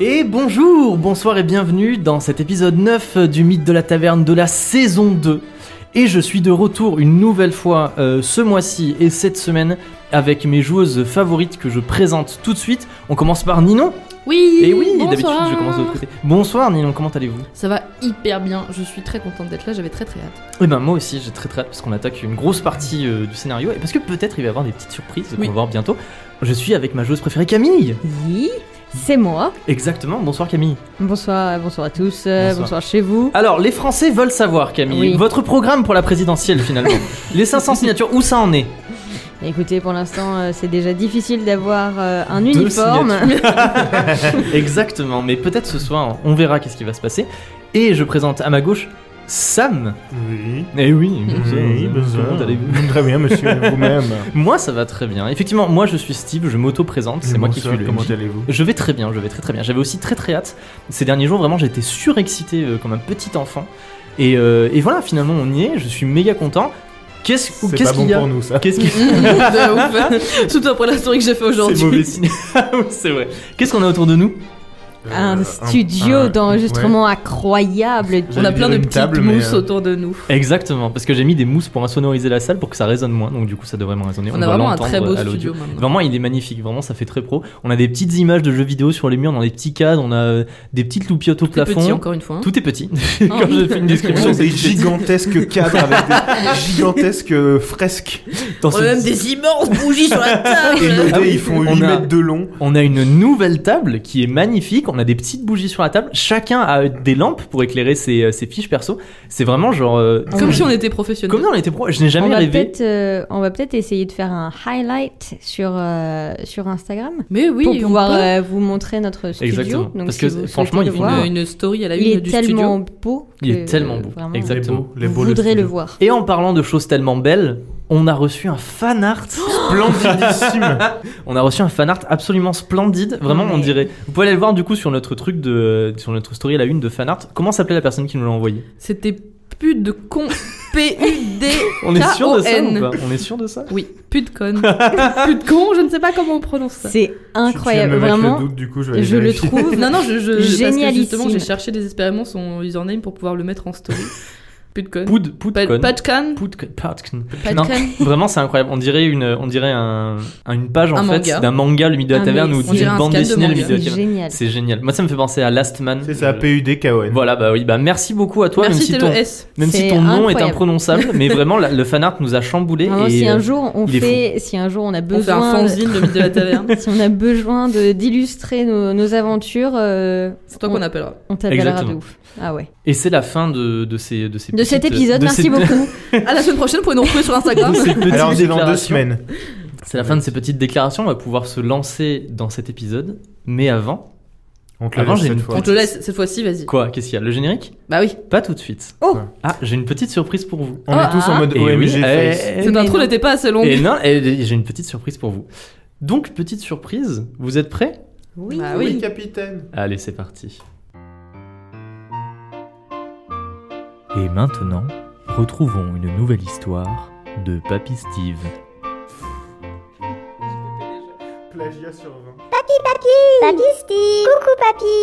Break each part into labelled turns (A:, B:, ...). A: Et bonjour, bonsoir et bienvenue dans cet épisode 9 du Mythe de la Taverne de la saison 2. Et je suis de retour une nouvelle fois euh, ce mois-ci et cette semaine avec mes joueuses favorites que je présente tout de suite. On commence par Ninon.
B: Oui
A: Et Eh oui,
B: bonsoir.
A: d'habitude je commence de l'autre côté. Bonsoir Ninon, comment allez-vous
B: Ça va hyper bien, je suis très contente d'être là, j'avais très très hâte.
A: Eh ben moi aussi j'ai très très hâte parce qu'on attaque une grosse partie euh, du scénario et parce que peut-être il va y avoir des petites surprises qu'on
B: Oui.
A: va voir bientôt. Je suis avec ma joueuse préférée Camille.
C: Oui, c'est moi.
A: Exactement, bonsoir Camille.
C: Bonsoir, bonsoir à tous, euh,
A: Bonsoir.
C: bonsoir, chez vous.
A: Alors, les Français veulent savoir, Camille,
C: Oui.
A: votre programme pour la présidentielle finalement. les 500 signatures, où ça en est
C: Écoutez, pour l'instant, euh, c'est déjà difficile d'avoir euh, un
A: Deux
C: uniforme.
A: Exactement, mais peut-être ce soir, on verra qu'est-ce qui va se passer. Et je présente à ma gauche Sam.
D: Oui.
A: Eh oui,
D: bonsoir.
A: tout le monde, allez-vous
D: Très bien, monsieur, vous-même.
A: Moi, ça va très bien. Effectivement, moi je suis Steve, je m'auto-présente, c'est moi qui
D: Bonsoir,
A: suis le
D: Comment
A: MJ.
D: allez-vous
A: Je vais très bien, je vais très très bien. J'avais aussi très très hâte. Ces derniers jours, vraiment, j'étais surexcité euh, comme un petit enfant. Et, euh, et voilà, finalement, on y est, je suis méga content. Qu'est-ce
D: C'est
A: qu'est-ce
D: pas
A: qu'il
D: bon
A: y a
D: pour nous, ça.
A: Qu'est-ce qu'il
B: De ouf Surtout après la story que j'ai fait
A: C'est
B: aujourd'hui. Ah
A: mauvais signe. Oui, c'est vrai. Qu'est-ce qu'on a autour de nous
C: un
D: Euh,
C: studio
D: un-
C: d'enregistrement incroyable.
B: On a
D: J'allais
B: plein
D: dire
B: de
D: une
B: petites
D: table, mais,
B: mousses
D: euh,
B: autour de nous.
A: Exactement, parce que j'ai mis des mousses pour insonoriser la salle pour que ça résonne moins. Donc du coup, ça devrait moins résonner.
B: On, a
A: doit
B: vraiment un
A: l'entendre euh,
B: très beau
A: à l'audio.
B: studio maintenant.
A: Vraiment, il est magnifique. Vraiment, ça fait très pro. On a des petites images de jeux vidéo sur les murs, dans des petits cadres. On a euh, des petites loupiottes au
B: Tout est
A: plafond.
B: petit encore une fois. hein.
A: Tout est petit. Quand je fais une
D: ouais.
A: description,
D: Ce sont
A: c'est
D: des
A: petit.
D: gigantesques cadres avec des gigantesques euh, fresques.
A: Dans
B: On
A: ce-
B: a même des immenses bougies sur la
D: Et nos
B: table
A: Ah oui,
D: dés, ils font
A: on
D: 8
A: a-
D: mètres de long.
A: On a une nouvelle table qui est magnifique. On a des petites bougies sur la table. Chacun a des lampes pour éclairer ses, ses fiches perso. C'est vraiment genre. euh,
B: Comme si on était professionnels.
A: Comme si on était pro. Je n'ai
C: On
A: jamais
C: va
A: rêvé.
C: peut-être euh, on va peut-être essayer de faire un highlight sur, euh, sur Instagram
B: Mais oui,
C: pour
B: on
C: pouvoir
B: peut.
C: euh, vous montrer notre studio.
A: Exactement,
C: Donc,
A: parce
C: si
A: que
C: vous
A: franchement,
C: souhaitez
A: il
C: le
A: faut
C: voir,
B: On a une story à la une
C: il est
B: du
C: tellement
B: studio.
C: beau.
A: Il est
C: que,
A: tellement
C: euh,
A: beau.
C: vraiment,
A: Exactement.
D: Les
C: Vous
D: beaux, le
C: voudrez le
D: studio.
C: voir.
A: Et en parlant de choses tellement belles, on a reçu un fan art.
D: Splendidissime.
A: On a reçu un fan art absolument splendide. Vraiment, on
C: Ouais.
A: dirait. Vous pouvez aller le voir du coup sur notre truc de, sur notre story à la une de fan art. Comment s'appelait la personne qui nous l'a envoyé
B: C'était plus de con. P-U-D.
A: On est sûr de ça ou
B: K-O-N.
A: pas On est sûr de ça
B: Oui, plus de con. plus de con, je ne sais pas comment on prononce ça.
C: C'est incroyable,
D: Tu viens de me mettre
C: vraiment.
D: Le doute, du coup, je, vais aller
C: je le
D: vérifier.
C: trouve
B: Non, non, je, je, parce que
C: Génialissime.
B: justement, j'ai cherché désespérément son username pour pouvoir le mettre en story. Plus de con.
A: Poud, Poudcon.
B: Pas, pas de con.
A: Poudcon- Poudcon.
B: Pas de
A: Non,
B: con.
A: Vraiment, c'est incroyable. On dirait une, on dirait un, un- une page en
B: Un
A: fait
B: manga.
A: d'un manga, le milieu de la
C: Ah,
A: taverne,
C: mais
A: ou
C: c'est-
A: d'une
B: On dirait un
A: bande
B: scan de
A: dessinée, le
B: manga.
A: milieu de la
C: C'est
A: taverne.
C: génial.
A: C'est génial. Moi, ça me fait penser à Last Man.
D: C'est ça,
A: Je-
D: PUDKON.
A: Voilà, bah oui, bah merci beaucoup à toi.
B: Merci,
A: même si
B: c'est
A: ton,
B: le S.
A: Même si
C: C'est
A: ton nom est
C: incroyable.
A: imprononçable, mais vraiment la- le fanart nous a chamboulé.
C: Vraiment,
A: et,
C: si un
A: euh,
C: jour on
A: il est
C: fait, si un jour on a
B: On fait un
C: besoin,
B: fanzine de mythe de la taverne.
C: si on a besoin de d'illustrer nos, nos aventures, euh,
B: C'est toi qu'on appellera.
C: on t'appellera de
A: Exactement.
C: ouf. Ah ouais.
A: et c'est la fin de, de ces de ces
C: De cet
A: petites-
C: épisode,
A: de
C: merci
A: ces-
C: beaucoup.
B: À la semaine prochaine, vous pouvez nous retrouver sur Instagram.
A: de ces petites
D: Alors, c'est dans deux
A: déclarations.
D: semaines.
A: C'est la fin de ces petites déclarations. On va pouvoir se lancer dans cet épisode. Mais avant,
D: On te le
A: Avant,
D: laisse
A: j'ai
D: cette
A: une-
D: fois.
B: On te laisse cette fois-ci, vas-y.
A: quoi Qu'est-ce qu'il y a Le générique
B: Bah oui.
A: Pas tout de suite.
C: Oh.
A: Ah, j'ai une petite surprise pour vous.
D: On est tous en mode
A: Et oui,
D: OMG
A: eh,
D: face.
A: eh,
B: Cette
C: Mais
B: intro
C: non.
B: n'était pas assez longue.
A: Et non, et j'ai une petite surprise pour vous. Donc, petite surprise, vous êtes prêts
C: Oui.
B: Bah oui.
D: capitaine.
A: Allez, c'est parti. Et maintenant, retrouvons une nouvelle histoire de Papy Steve.
D: Plagiat sur 20.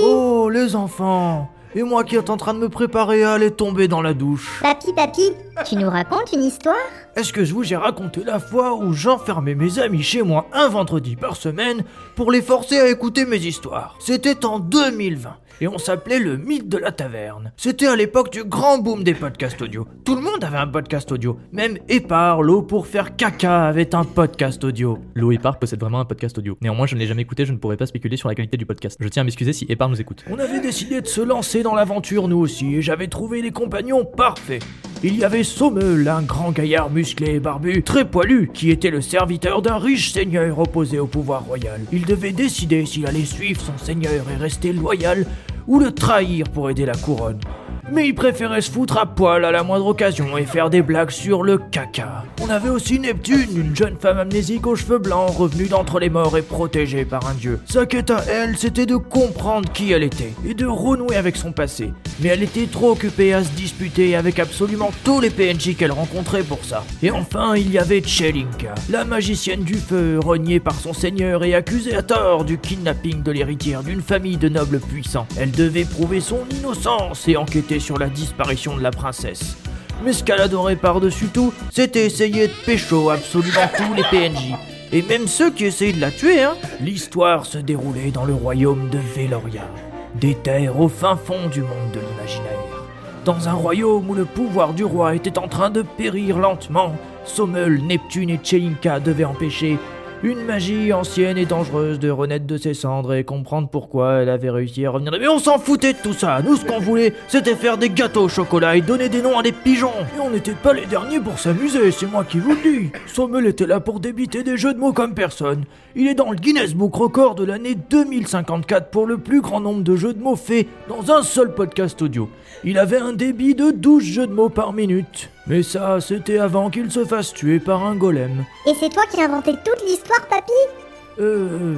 E: Oh, les enfants Et moi qui est en train de me préparer à aller tomber dans la douche.
F: Papi, papi, tu nous racontes une histoire
E: Est-ce que je vous ai raconté la fois où j'enfermais mes amis chez moi un vendredi par semaine pour les forcer à écouter mes histoires C'était en 2020 et on s'appelait le mythe de la taverne. C'était à l'époque du grand boom des podcasts audio. Tout le monde avait un podcast audio. Même Épar, l'eau pour faire caca, avait un podcast audio.
A: L'eau Épar possède vraiment un podcast audio. Néanmoins, je ne l'ai jamais écouté, je ne pourrais pas spéculer sur la qualité du podcast. Je tiens à m'excuser si Épar nous écoute.
E: On avait décidé de se lancer dans l'aventure nous aussi et j'avais trouvé les compagnons parfaits. Il y avait Sommel, un grand gaillard musclé et barbu, très poilu, qui était le serviteur d'un riche seigneur opposé au pouvoir royal. Il devait décider s'il allait suivre son seigneur et rester loyal ou le trahir pour aider la couronne. mais il préférait se foutre à poil à la moindre occasion et faire des blagues sur le caca. On avait aussi Neptune, une jeune femme amnésique aux cheveux blancs, revenue d'entre les morts et protégée par un dieu. Sa quête à elle, c'était de comprendre qui elle était et de renouer avec son passé. Mais elle était trop occupée à se disputer avec absolument tous les PNJ qu'elle rencontrait pour ça. Et enfin, il y avait Chelinka, la magicienne du feu, rognée par son seigneur et accusée à tort du kidnapping de l'héritière d'une famille de nobles puissants. Elle devait prouver son innocence et enquêter sur la disparition de la princesse. Mais ce qu'elle adorait par-dessus tout, c'était essayer de pécho absolument tous les PNJ. Et même ceux qui essayaient de la tuer, hein. L'histoire se déroulait dans le royaume de Veloria, des terres au fin fond du monde de l'imaginaire. Dans un royaume où le pouvoir du roi était en train de périr lentement, Sommel, Neptune et Chelinka devaient empêcher une magie ancienne et dangereuse de renaître de ses cendres et comprendre pourquoi elle avait réussi à revenir. Mais on s'en foutait de tout ça. Nous, ce qu'on voulait, c'était faire des gâteaux au chocolat et donner des noms à des pigeons. Et on n'était pas les derniers pour s'amuser, c'est moi qui vous le dis. Sommel était là pour débiter des jeux de mots comme personne. Il est dans le Guinness Book Record de l'année 2054 pour le plus grand nombre de jeux de mots faits dans un seul podcast audio. Il avait un débit de 12 jeux de mots par minute. Mais ça, c'était avant qu'il se fasse tuer par un golem.
F: Et c'est toi qui as inventé toute l'histoire, papy
E: Euh.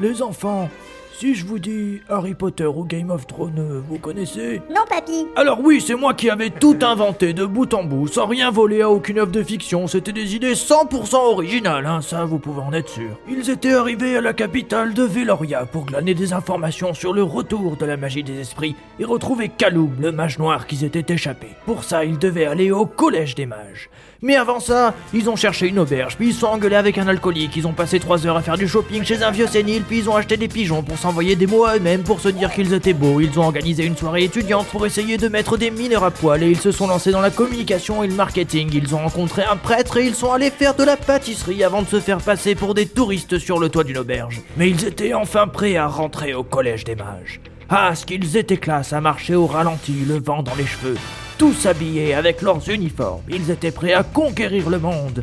E: Les enfants, si je vous dis Harry Potter ou Game of Thrones, euh, vous connaissez
F: Non, papy.
E: Alors oui, c'est moi qui avais tout inventé de bout en bout, sans rien voler à aucune œuvre de fiction, c'était des idées 100% originales, hein, ça vous pouvez en être sûr. Ils étaient arrivés à la capitale de Veloria pour glaner des informations sur le retour de la magie des esprits et retrouver Kaloum, le mage noir qui s'était échappé. Pour ça, ils devaient aller au collège des mages. Mais avant ça, ils ont cherché une auberge, puis ils se sont engueulés avec un alcoolique, ils ont passé 3 heures à faire du shopping chez un vieux sénile, puis ils ont acheté des pigeons pour s'envoyer des mots à eux-mêmes pour se dire qu'ils étaient beaux, ils ont organisé une soirée étudiante pour essayer de mettre des mineurs à poil et ils se sont lancés dans la communication et le marketing, ils ont rencontré un prêtre et ils sont allés faire de la pâtisserie avant de se faire passer pour des touristes sur le toit d'une auberge. Mais ils étaient enfin prêts à rentrer au collège des mages. Ah, ce qu'ils étaient classe à marcher au ralenti, le vent dans les cheveux, tous habillés avec leurs uniformes, ils étaient prêts à conquérir le monde.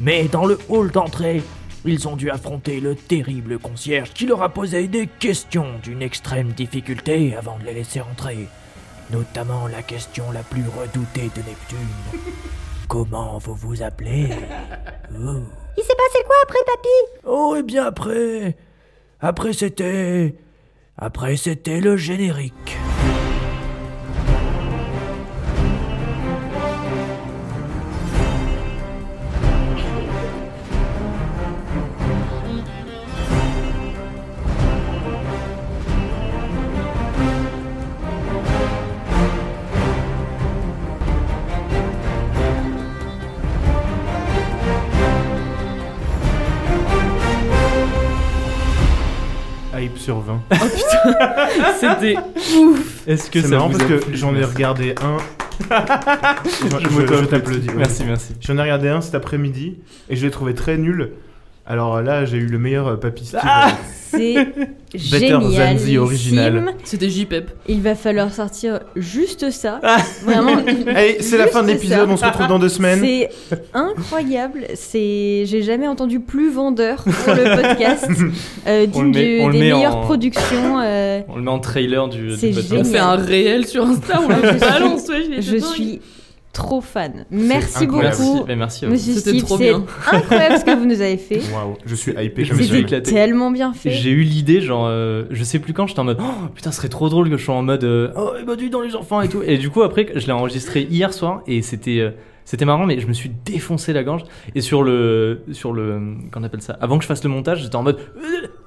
E: Mais dans le hall d'entrée, ils ont dû affronter le terrible concierge qui leur a posé des questions d'une extrême difficulté avant de les laisser entrer. Notamment la question la plus redoutée de Neptune. Comment vous vous appelez Oh.
F: Il s'est passé quoi après, papy
E: Oh, et bien après. Après, c'était. Après, c'était le générique.
D: Hype sur 20.
A: C'était ouf. Est-ce que
D: C'est
A: ça
D: marrant
A: vous
D: parce
A: a
D: que
A: plu
D: j'en ai regardé un. je je- je t'applaudis. ouais.
A: Merci, merci.
D: J'en ai regardé un cet après-midi et je l'ai trouvé très nul. Alors là, j'ai eu le meilleur euh, papy Steve.
A: Ah
C: C'est
D: Better than
C: génial.
D: the original.
B: C'était JPEP.
C: Il va falloir sortir juste ça.
A: Ah.
C: Vraiment.
D: Allez, c'est la
C: Juste
D: fin de l'épisode,
C: ça.
D: on se retrouve dans deux semaines.
C: C'est incroyable. C'est j'ai jamais entendu plus vendeur pour le podcast euh,
A: On le
C: d'une
A: met-
C: de-
A: on le
C: des
A: met
C: meilleures
A: en-
C: productions. euh,
A: On le met en trailer du, du
C: C'est
A: podcast.
B: On
C: Génial.
B: fait un réel sur Insta, on
C: Je
B: le
C: suis-
B: balance, ouais, il était
C: je
B: dingue.
C: suis trop fan. Merci
D: incroyable.
A: Merci,
C: beaucoup,
A: mais merci à vous.
C: Monsieur
B: C'était
C: Steve.
B: trop
C: C'est
B: bien.
C: incroyable ce que vous nous avez fait.
D: Waouh, je suis hypé
A: Je
D: comme
A: me suis
D: jamais.
A: éclaté.
C: Tellement bien fait.
A: J'ai eu l'idée, genre, euh, je sais plus quand, j'étais en mode, oh, putain, ce serait trop drôle que je sois en mode, euh, oh, bah, dis donc les enfants et tout. Et du coup, après, je l'ai enregistré hier soir et c'était, euh, c'était marrant, mais je me suis défoncé la gorge. Et sur le, sur le, qu'on appelle ça, avant que je fasse le montage, j'étais en mode,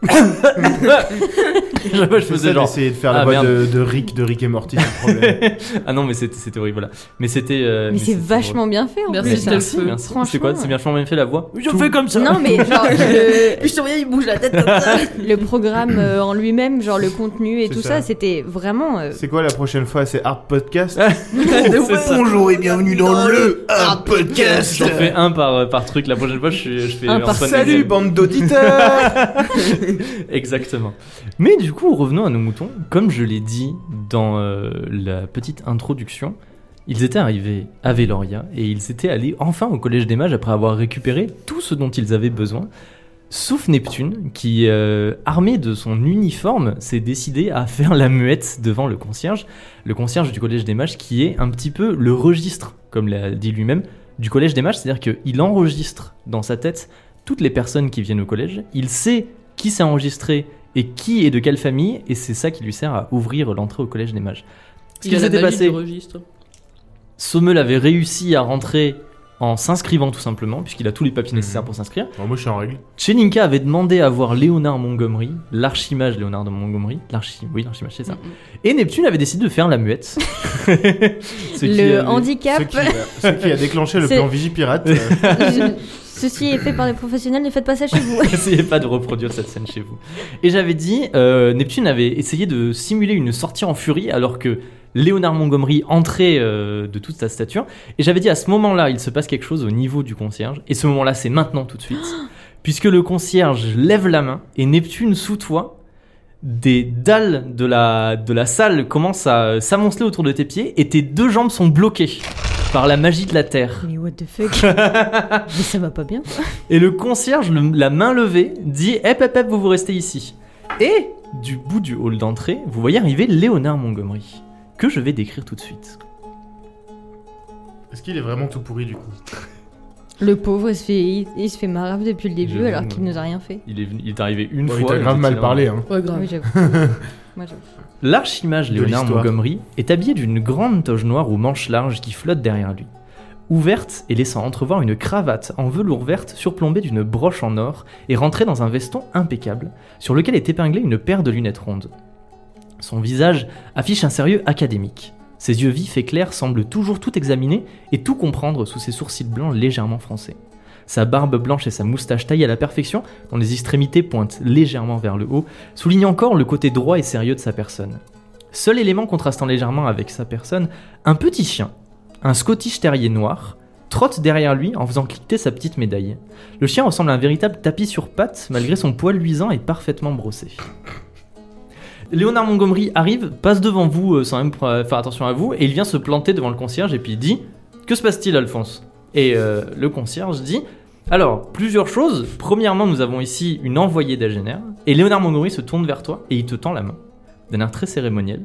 A: Et à chaque fois, je
D: C'est
A: faisais
D: ça
A: genre,
D: d'essayer de faire
A: Ah,
D: la voix
A: merde.
D: de, de Rick, de Rick et Morty, c'est le problème.
A: ah non, mais c'était, c'était horrible, voilà. Mais c'était, euh,
C: mais c'est
A: c'était drôle.
C: vachement bien fait en
B: Merci,
A: Mais
C: plus. hein.
A: Merci,
B: Steph.
A: merci. C'est quoi
C: Franchement.
A: C'est vachement bien fait la voix
E: Je fais comme ça.
C: Non mais genre le,
B: Puis je te voyais, il bouge la tête.
C: le programme euh, en lui-même, genre le contenu et
D: C'est
C: tout ça,
D: ça.
C: c'était vraiment euh,
D: C'est quoi la prochaine fois C'est Hard Podcast
A: Ah, C'est ça.
D: Bonjour et bienvenue dans le Hard Podcast
A: J'en fais un par, euh, par truc. La prochaine fois, je, suis- je fais
C: Un par-
A: Antoine
D: Salut
A: Denzel.
D: bande d'auditeurs
A: Exactement. Mais du coup, revenons à nos moutons. Comme je l'ai dit dans euh, la petite introduction, ils étaient arrivés à Veloria et ils étaient allés enfin au Collège des Mages après avoir récupéré tout ce dont ils avaient besoin. Sauf Neptune, qui, euh, armé de son uniforme, s'est décidé à faire la muette devant le concierge, le concierge du Collège des Mages, qui est un petit peu le registre, comme l'a dit lui-même, du Collège des Mages, c'est-à-dire qu'il enregistre dans sa tête toutes les personnes qui viennent au collège, il sait qui s'est enregistré et qui est de quelle famille, et c'est ça qui lui sert à ouvrir l'entrée au Collège des Mages. Ce
B: Il
A: qui
B: a la
A: s'était
B: magie
A: passé,
B: du registre.
A: Sommel avait réussi à rentrer en s'inscrivant tout simplement, puisqu'il a tous les papiers
D: Mhm.
A: nécessaires pour s'inscrire.
D: Bon, moi, je suis en règle.
A: Chelinka avait demandé à voir Léonard Montgomery, l'archimage Léonard de Montgomery, l'archi, oui, l'archimage, c'est ça.
B: Mm, mm.
A: Et Neptune avait décidé de faire la muette. Ce qui euh,
C: Le
A: avait-
D: Ce
C: handicap,
D: qui, ce qui a déclenché le
C: C'est-
D: plan Vigipirate. euh,
C: je- ceci est fait par des professionnels, ne faites pas ça chez vous.
A: Essayez pas de reproduire cette scène chez vous. Et j'avais dit, euh, Neptune avait essayé de simuler une sortie en furie alors que Léonard Montgomery entrait euh, de toute sa stature. Et j'avais dit à ce moment-là, il se passe quelque chose au niveau du concierge. Et ce moment-là, c'est maintenant tout de suite. puisque le concierge lève la main et Neptune sous toi, des dalles de la, de la salle commencent à euh, s'amonceler autour de tes pieds et tes deux jambes sont bloquées par la magie de la terre.
C: Mais what the fuck Mais ça va pas bien.
A: Et le concierge, le- la main levée, dit Hep, hep, hep, vous vous restez ici. Et du bout du hall d'entrée, vous voyez arriver Léonard Montgomery, que je vais décrire tout de suite.
D: Est-ce qu'il est vraiment tout pourri du coup
C: Le pauvre, il se fait, il, il se fait marave depuis le début
A: J'avoue,
C: alors qu'il
A: ouais.
C: nous a rien fait.
A: Il est, venu- il est arrivé une
D: Bon,
A: fois.
D: Il t'a
A: il
D: grave
A: était
D: mal
A: là.
D: parlé. Hein.
B: Ouais,
C: Ah
B: grave.
C: Oui, j'avoue.
A: Bah,
C: Moi, j'avoue.
A: L'archimage
D: De
A: Léonard
D: l'histoire.
A: Montgomery est habillé d'une grande toge noire aux manches larges qui flotte derrière lui, ouverte et laissant entrevoir une cravate en velours verte surplombée d'une broche en or et rentrée dans un veston impeccable sur lequel est épinglée une paire de lunettes rondes. Son visage affiche un sérieux académique. Ses yeux vifs et clairs semblent toujours tout examiner et tout comprendre sous ses sourcils blancs légèrement français. Sa barbe blanche et sa moustache taillée à la perfection, dont les extrémités pointent légèrement vers le haut, soulignent encore le côté droit et sérieux de sa personne. Seul élément contrastant légèrement avec sa personne, un petit chien, un Scottish terrier noir, trotte derrière lui en faisant cliqueter sa petite médaille. Le chien ressemble à un véritable tapis sur pattes malgré son poil luisant et parfaitement brossé. Léonard Montgomery arrive, passe devant vous euh, sans même pr- faire attention à vous, et il vient se planter devant le concierge et puis il dit Que se passe-t-il, Alphonse Et euh, le concierge dit Alors, plusieurs choses. Premièrement, nous avons ici une envoyée d'Agener, et Léonard Montgomery se tourne vers toi et il te tend la main, d'un air très cérémoniel.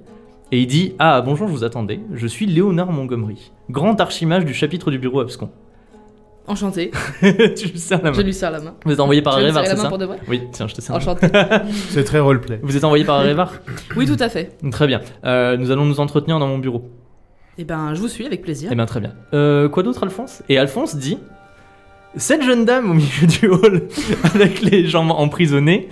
A: Et il dit Ah, bonjour, je vous attendais, je suis Léonard Montgomery, grand archimage du chapitre du bureau abscon.
B: Enchanté.
A: tu lui serres la
B: Je
A: main.
B: lui serre la main.
A: Vous êtes Ah bah. envoyé par
B: Tu veux me
A: Révar,
B: serrer la
A: c'est
B: main
A: ça
B: pour Oh, de vrai
A: Oui, tiens, je te sers. la main.
B: Enchanté.
D: C'est très roleplay.
A: Vous êtes envoyé par Révar
B: Oui, tout à fait.
A: Très bien. Euh, nous allons nous entretenir dans mon bureau.
B: Eh ben, je vous suis avec plaisir.
A: Eh bien, très bien. Euh, quoi d'autre, Alphonse Et Alphonse dit Cette jeune dame au milieu du hall, avec les jambes emprisonnées,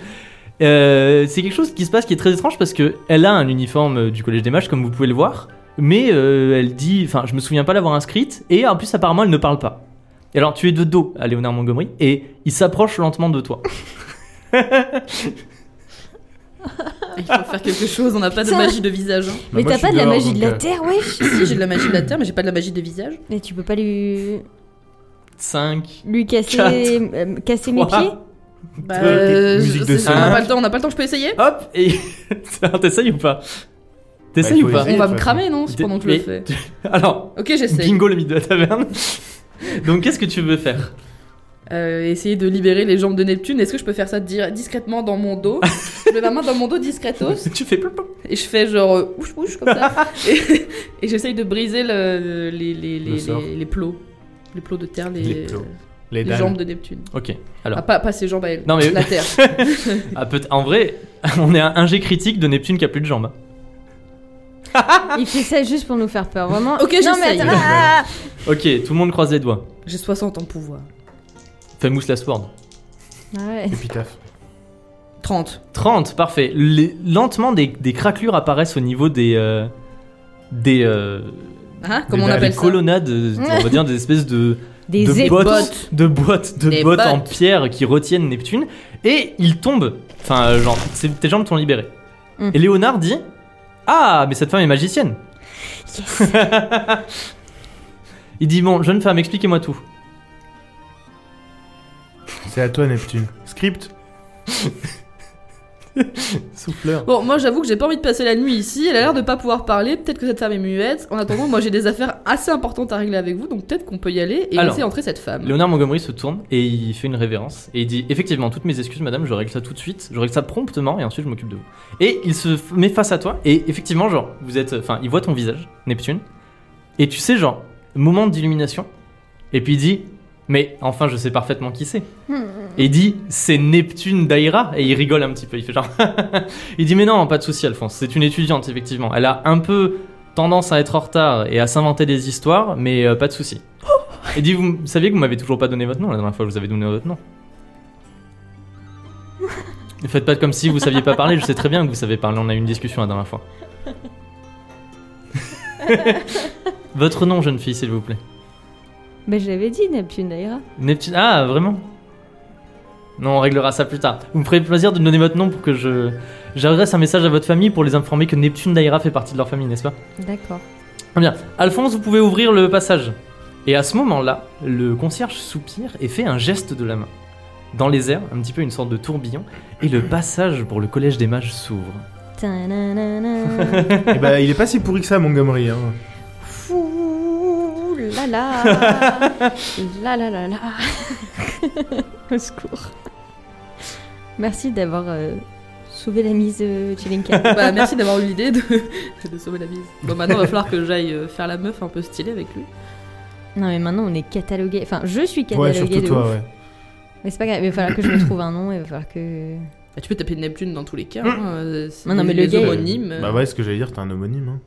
A: euh, c'est quelque chose qui se passe qui est très étrange parce que elle a un uniforme euh, du Collège des Mages, comme vous pouvez le voir, mais euh, elle dit Enfin, je me souviens pas l'avoir inscrite, et en plus, apparemment, elle ne parle pas. Et alors, tu es de dos à Léonard Montgomery, et il s'approche lentement de toi.
B: Il faut faire quelque chose, on n'a pas de
C: Ça.
B: magie de visage. hein.
C: Mais
D: moi,
C: t'as
D: je
C: pas
D: suis
C: de la
D: dehors,
C: magie de
D: donc,
C: la
D: euh,
C: terre, wesh
B: Si, j'ai de la magie de la terre, mais j'ai pas de la magie de visage.
C: Mais tu peux pas lui,
A: 5.
C: lui casser,
A: Quatre.
C: euh, casser mes
A: Trois.
C: pieds
B: Bah,
D: Euh,
B: euh,
D: musique
B: c'est-
D: de
B: on n'a
D: scène.
B: pas le temps, on n'a pas le temps, je peux essayer
A: Hop Et. Alors, T'essayes ou pas T'essayes
D: Bah, il
A: ou
D: faut
A: pas
B: On
D: de
B: va
D: toute
B: me
D: façon.
B: cramer, non, pendant que je le fais.
A: Alors,
B: Ok, j'essaye.
A: Bingo le mythe de la taverne. Donc qu'est-ce que tu veux faire
B: Euh, essayer de libérer les jambes de Neptune. Est-ce que je peux faire ça dire- discrètement dans mon dos Je mets ma main dans mon dos discretos
A: Tu fais plop, plop.
B: et je fais genre euh, ouche ouche comme ça. et et j'essaye de briser le- les, les, les,
D: Le sort.
B: les- les plots. Les plots de terre, les,
D: Les plots. Les
B: les
D: dalles.
B: jambes de Neptune.
A: Ok.
B: Ah,
A: Alors,
B: pas, pas ses jambes à elle.
A: Non, mais-
B: La terre.
A: ah, peut- en vrai, on est à un jet critique de Neptune qui a plus de jambes. hein.
C: Il fait ça juste pour nous faire peur, vraiment.
B: Ok,
C: non, mais
B: j'essaye.
C: attends, ah
A: Ok, tout le monde croise les doigts.
B: J'ai 60 ans de pouvoir.
A: Fais mousse la sword.
C: ah. Ouais.
D: Épitaphe.
B: 30.
A: 30, parfait. Les- lentement, des, des craquelures apparaissent au niveau des. euh, des. euh,
B: Hein
D: Eh
B: Comment
A: des-
B: on
D: ben,
A: des
B: appelle ça
A: colonnades, on va dire des espèces de.
C: Des
A: de
C: épaules.
A: bottes, de bottes, de
B: Des
A: bottes, en
B: bottes.
A: pierre qui retiennent Neptune, et il tombe. Enfin, euh, genre, c'est- tes jambes t'ont libéré.
C: Mm.
A: Et Léonard dit Ah, mais cette femme est magicienne. il dit Bon, jeune femme, expliquez-moi tout.
D: C'est à toi, Neptune. Script
A: Souffleur.
B: Bon, moi j'avoue que j'ai pas envie de passer la nuit ici. Elle a l'air de pas pouvoir parler. Peut-être que cette femme est muette. En attendant, moi j'ai des affaires assez importantes à régler avec vous, donc peut-être qu'on peut y aller et
A: Alors,
B: laisser entrer cette femme.
A: Léonard Montgomery se tourne et il fait une révérence et il dit effectivement toutes mes excuses madame je règle ça tout de suite je règle ça promptement et ensuite je m'occupe de vous et il se f- met face à toi et effectivement genre vous êtes enfin il voit ton visage Neptune et tu sais genre moment d'illumination et puis il dit mais enfin je sais parfaitement qui c'est et il dit c'est Neptune d'Aira et il rigole un petit peu il fait genre il dit mais non pas de souci Alphonse c'est une étudiante effectivement elle a un peu tendance à être en retard et à s'inventer des histoires mais euh, pas de souci et dit, vous saviez que vous m'avez toujours pas donné votre nom la dernière fois, je vous avais donné votre nom. Ne faites pas comme si vous saviez pas parler, je sais très bien que vous savez parler, on a eu une discussion la dernière fois. votre nom, jeune fille, s'il vous plaît.
C: Mais Bah, je l'avais dit, Neptune Aira.
A: Neptune. Ah, vraiment Non, on réglera ça plus tard. Vous me ferez plaisir de me donner votre nom pour que je. J'adresse un message à votre famille pour les informer que Neptune d'Aira fait partie de leur famille, n'est-ce pas
C: D'accord.
A: Très bien. Alphonse, vous pouvez ouvrir le passage. Et à ce moment-là, le concierge soupire et fait un geste de la main. Dans les airs, un petit peu une sorte de tourbillon, et le passage pour le collège des mages s'ouvre.
C: Ta-na-na-na.
D: Eh ben, il est pas si pourri que ça, Montgomery. Hein.
C: Fou la la la la la la Au secours. Merci d'avoir euh, sauvé la mise, euh, Chelinka.
B: Bah, merci d'avoir eu l'idée de... de sauver la mise. Bon, maintenant va falloir que j'aille euh, faire la meuf un peu stylée avec lui.
C: Non mais maintenant on est catalogué. Enfin, je suis
D: Ouais,
C: catalogué
D: surtout
C: de
D: toi,
C: ouf.
D: ouais.
C: Mais c'est pas grave. Il va falloir que je me trouve un nom. Il va falloir que.
B: Bah, tu peux taper Neptune dans tous les cas. hein, euh, c'est-
C: Non, non, mais
B: les
C: le gars, il-
B: homonymes, euh,
D: Bah ouais, ce que j'allais dire, t'es un homonyme. Hein.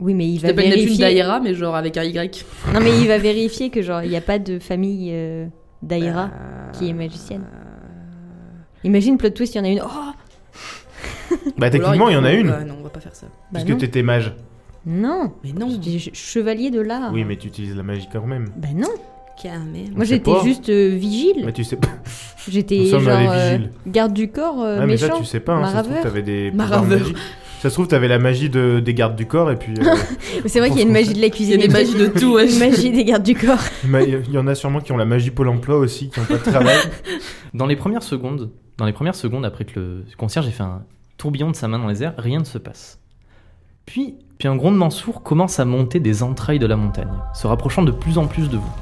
C: Oui, mais il
B: Je
C: va
B: t'appelle Neptune
C: vérifier.
B: d'Aïra, mais genre avec un Y.
C: Non mais il va vérifier que genre il n'y a pas de famille euh, d'Aïra qui est magicienne. Euh. Imagine plot twist, il y en a une. Oh
B: Ou
D: Bah
B: alors,
D: techniquement, il y en a
B: faut-
D: une,
B: Ah, non, on va pas faire ça.
C: euh, bah,
D: puisque
C: non.
D: t'étais mage.
C: non.
B: Mais non.
C: Je dis ch- chevalier de l'art.
D: Oui, mais tu utilises la magie quand même.
C: Bah non.
B: Carrément.
C: Moi
D: sait
C: j'étais
D: pas.
C: juste euh, vigile.
D: Mais tu sais pas.
C: J'étais
D: Nous
C: genre
D: sommes dans les
C: euh,
D: vigiles.
C: garde du corps euh,
D: Ouais, mais ça,
C: méchant.
D: tu sais pas. Hein. Ça se trouve,
C: Maraveur.
D: t'avais des. pouvoirs
B: Maraveur.
D: magiques. Ça se trouve, t'avais la magie de... des gardes du corps, et puis. euh,
C: Mais c'est vrai qu'il y a une magie de hein. la
B: Il y a
C: cuisine.
B: des magies de tout, ouais.
C: Une magie des gardes du corps.
D: mais Il y en a sûrement qui ont la magie Pôle emploi aussi, qui ont pas de travail.
A: Dans les premières secondes, dans les premières secondes après que le concierge ait fait un tourbillon de sa main dans les airs, rien ne se passe. Puis, puis un grondement sourd commence à monter des entrailles de la montagne, se rapprochant de plus en plus de vous.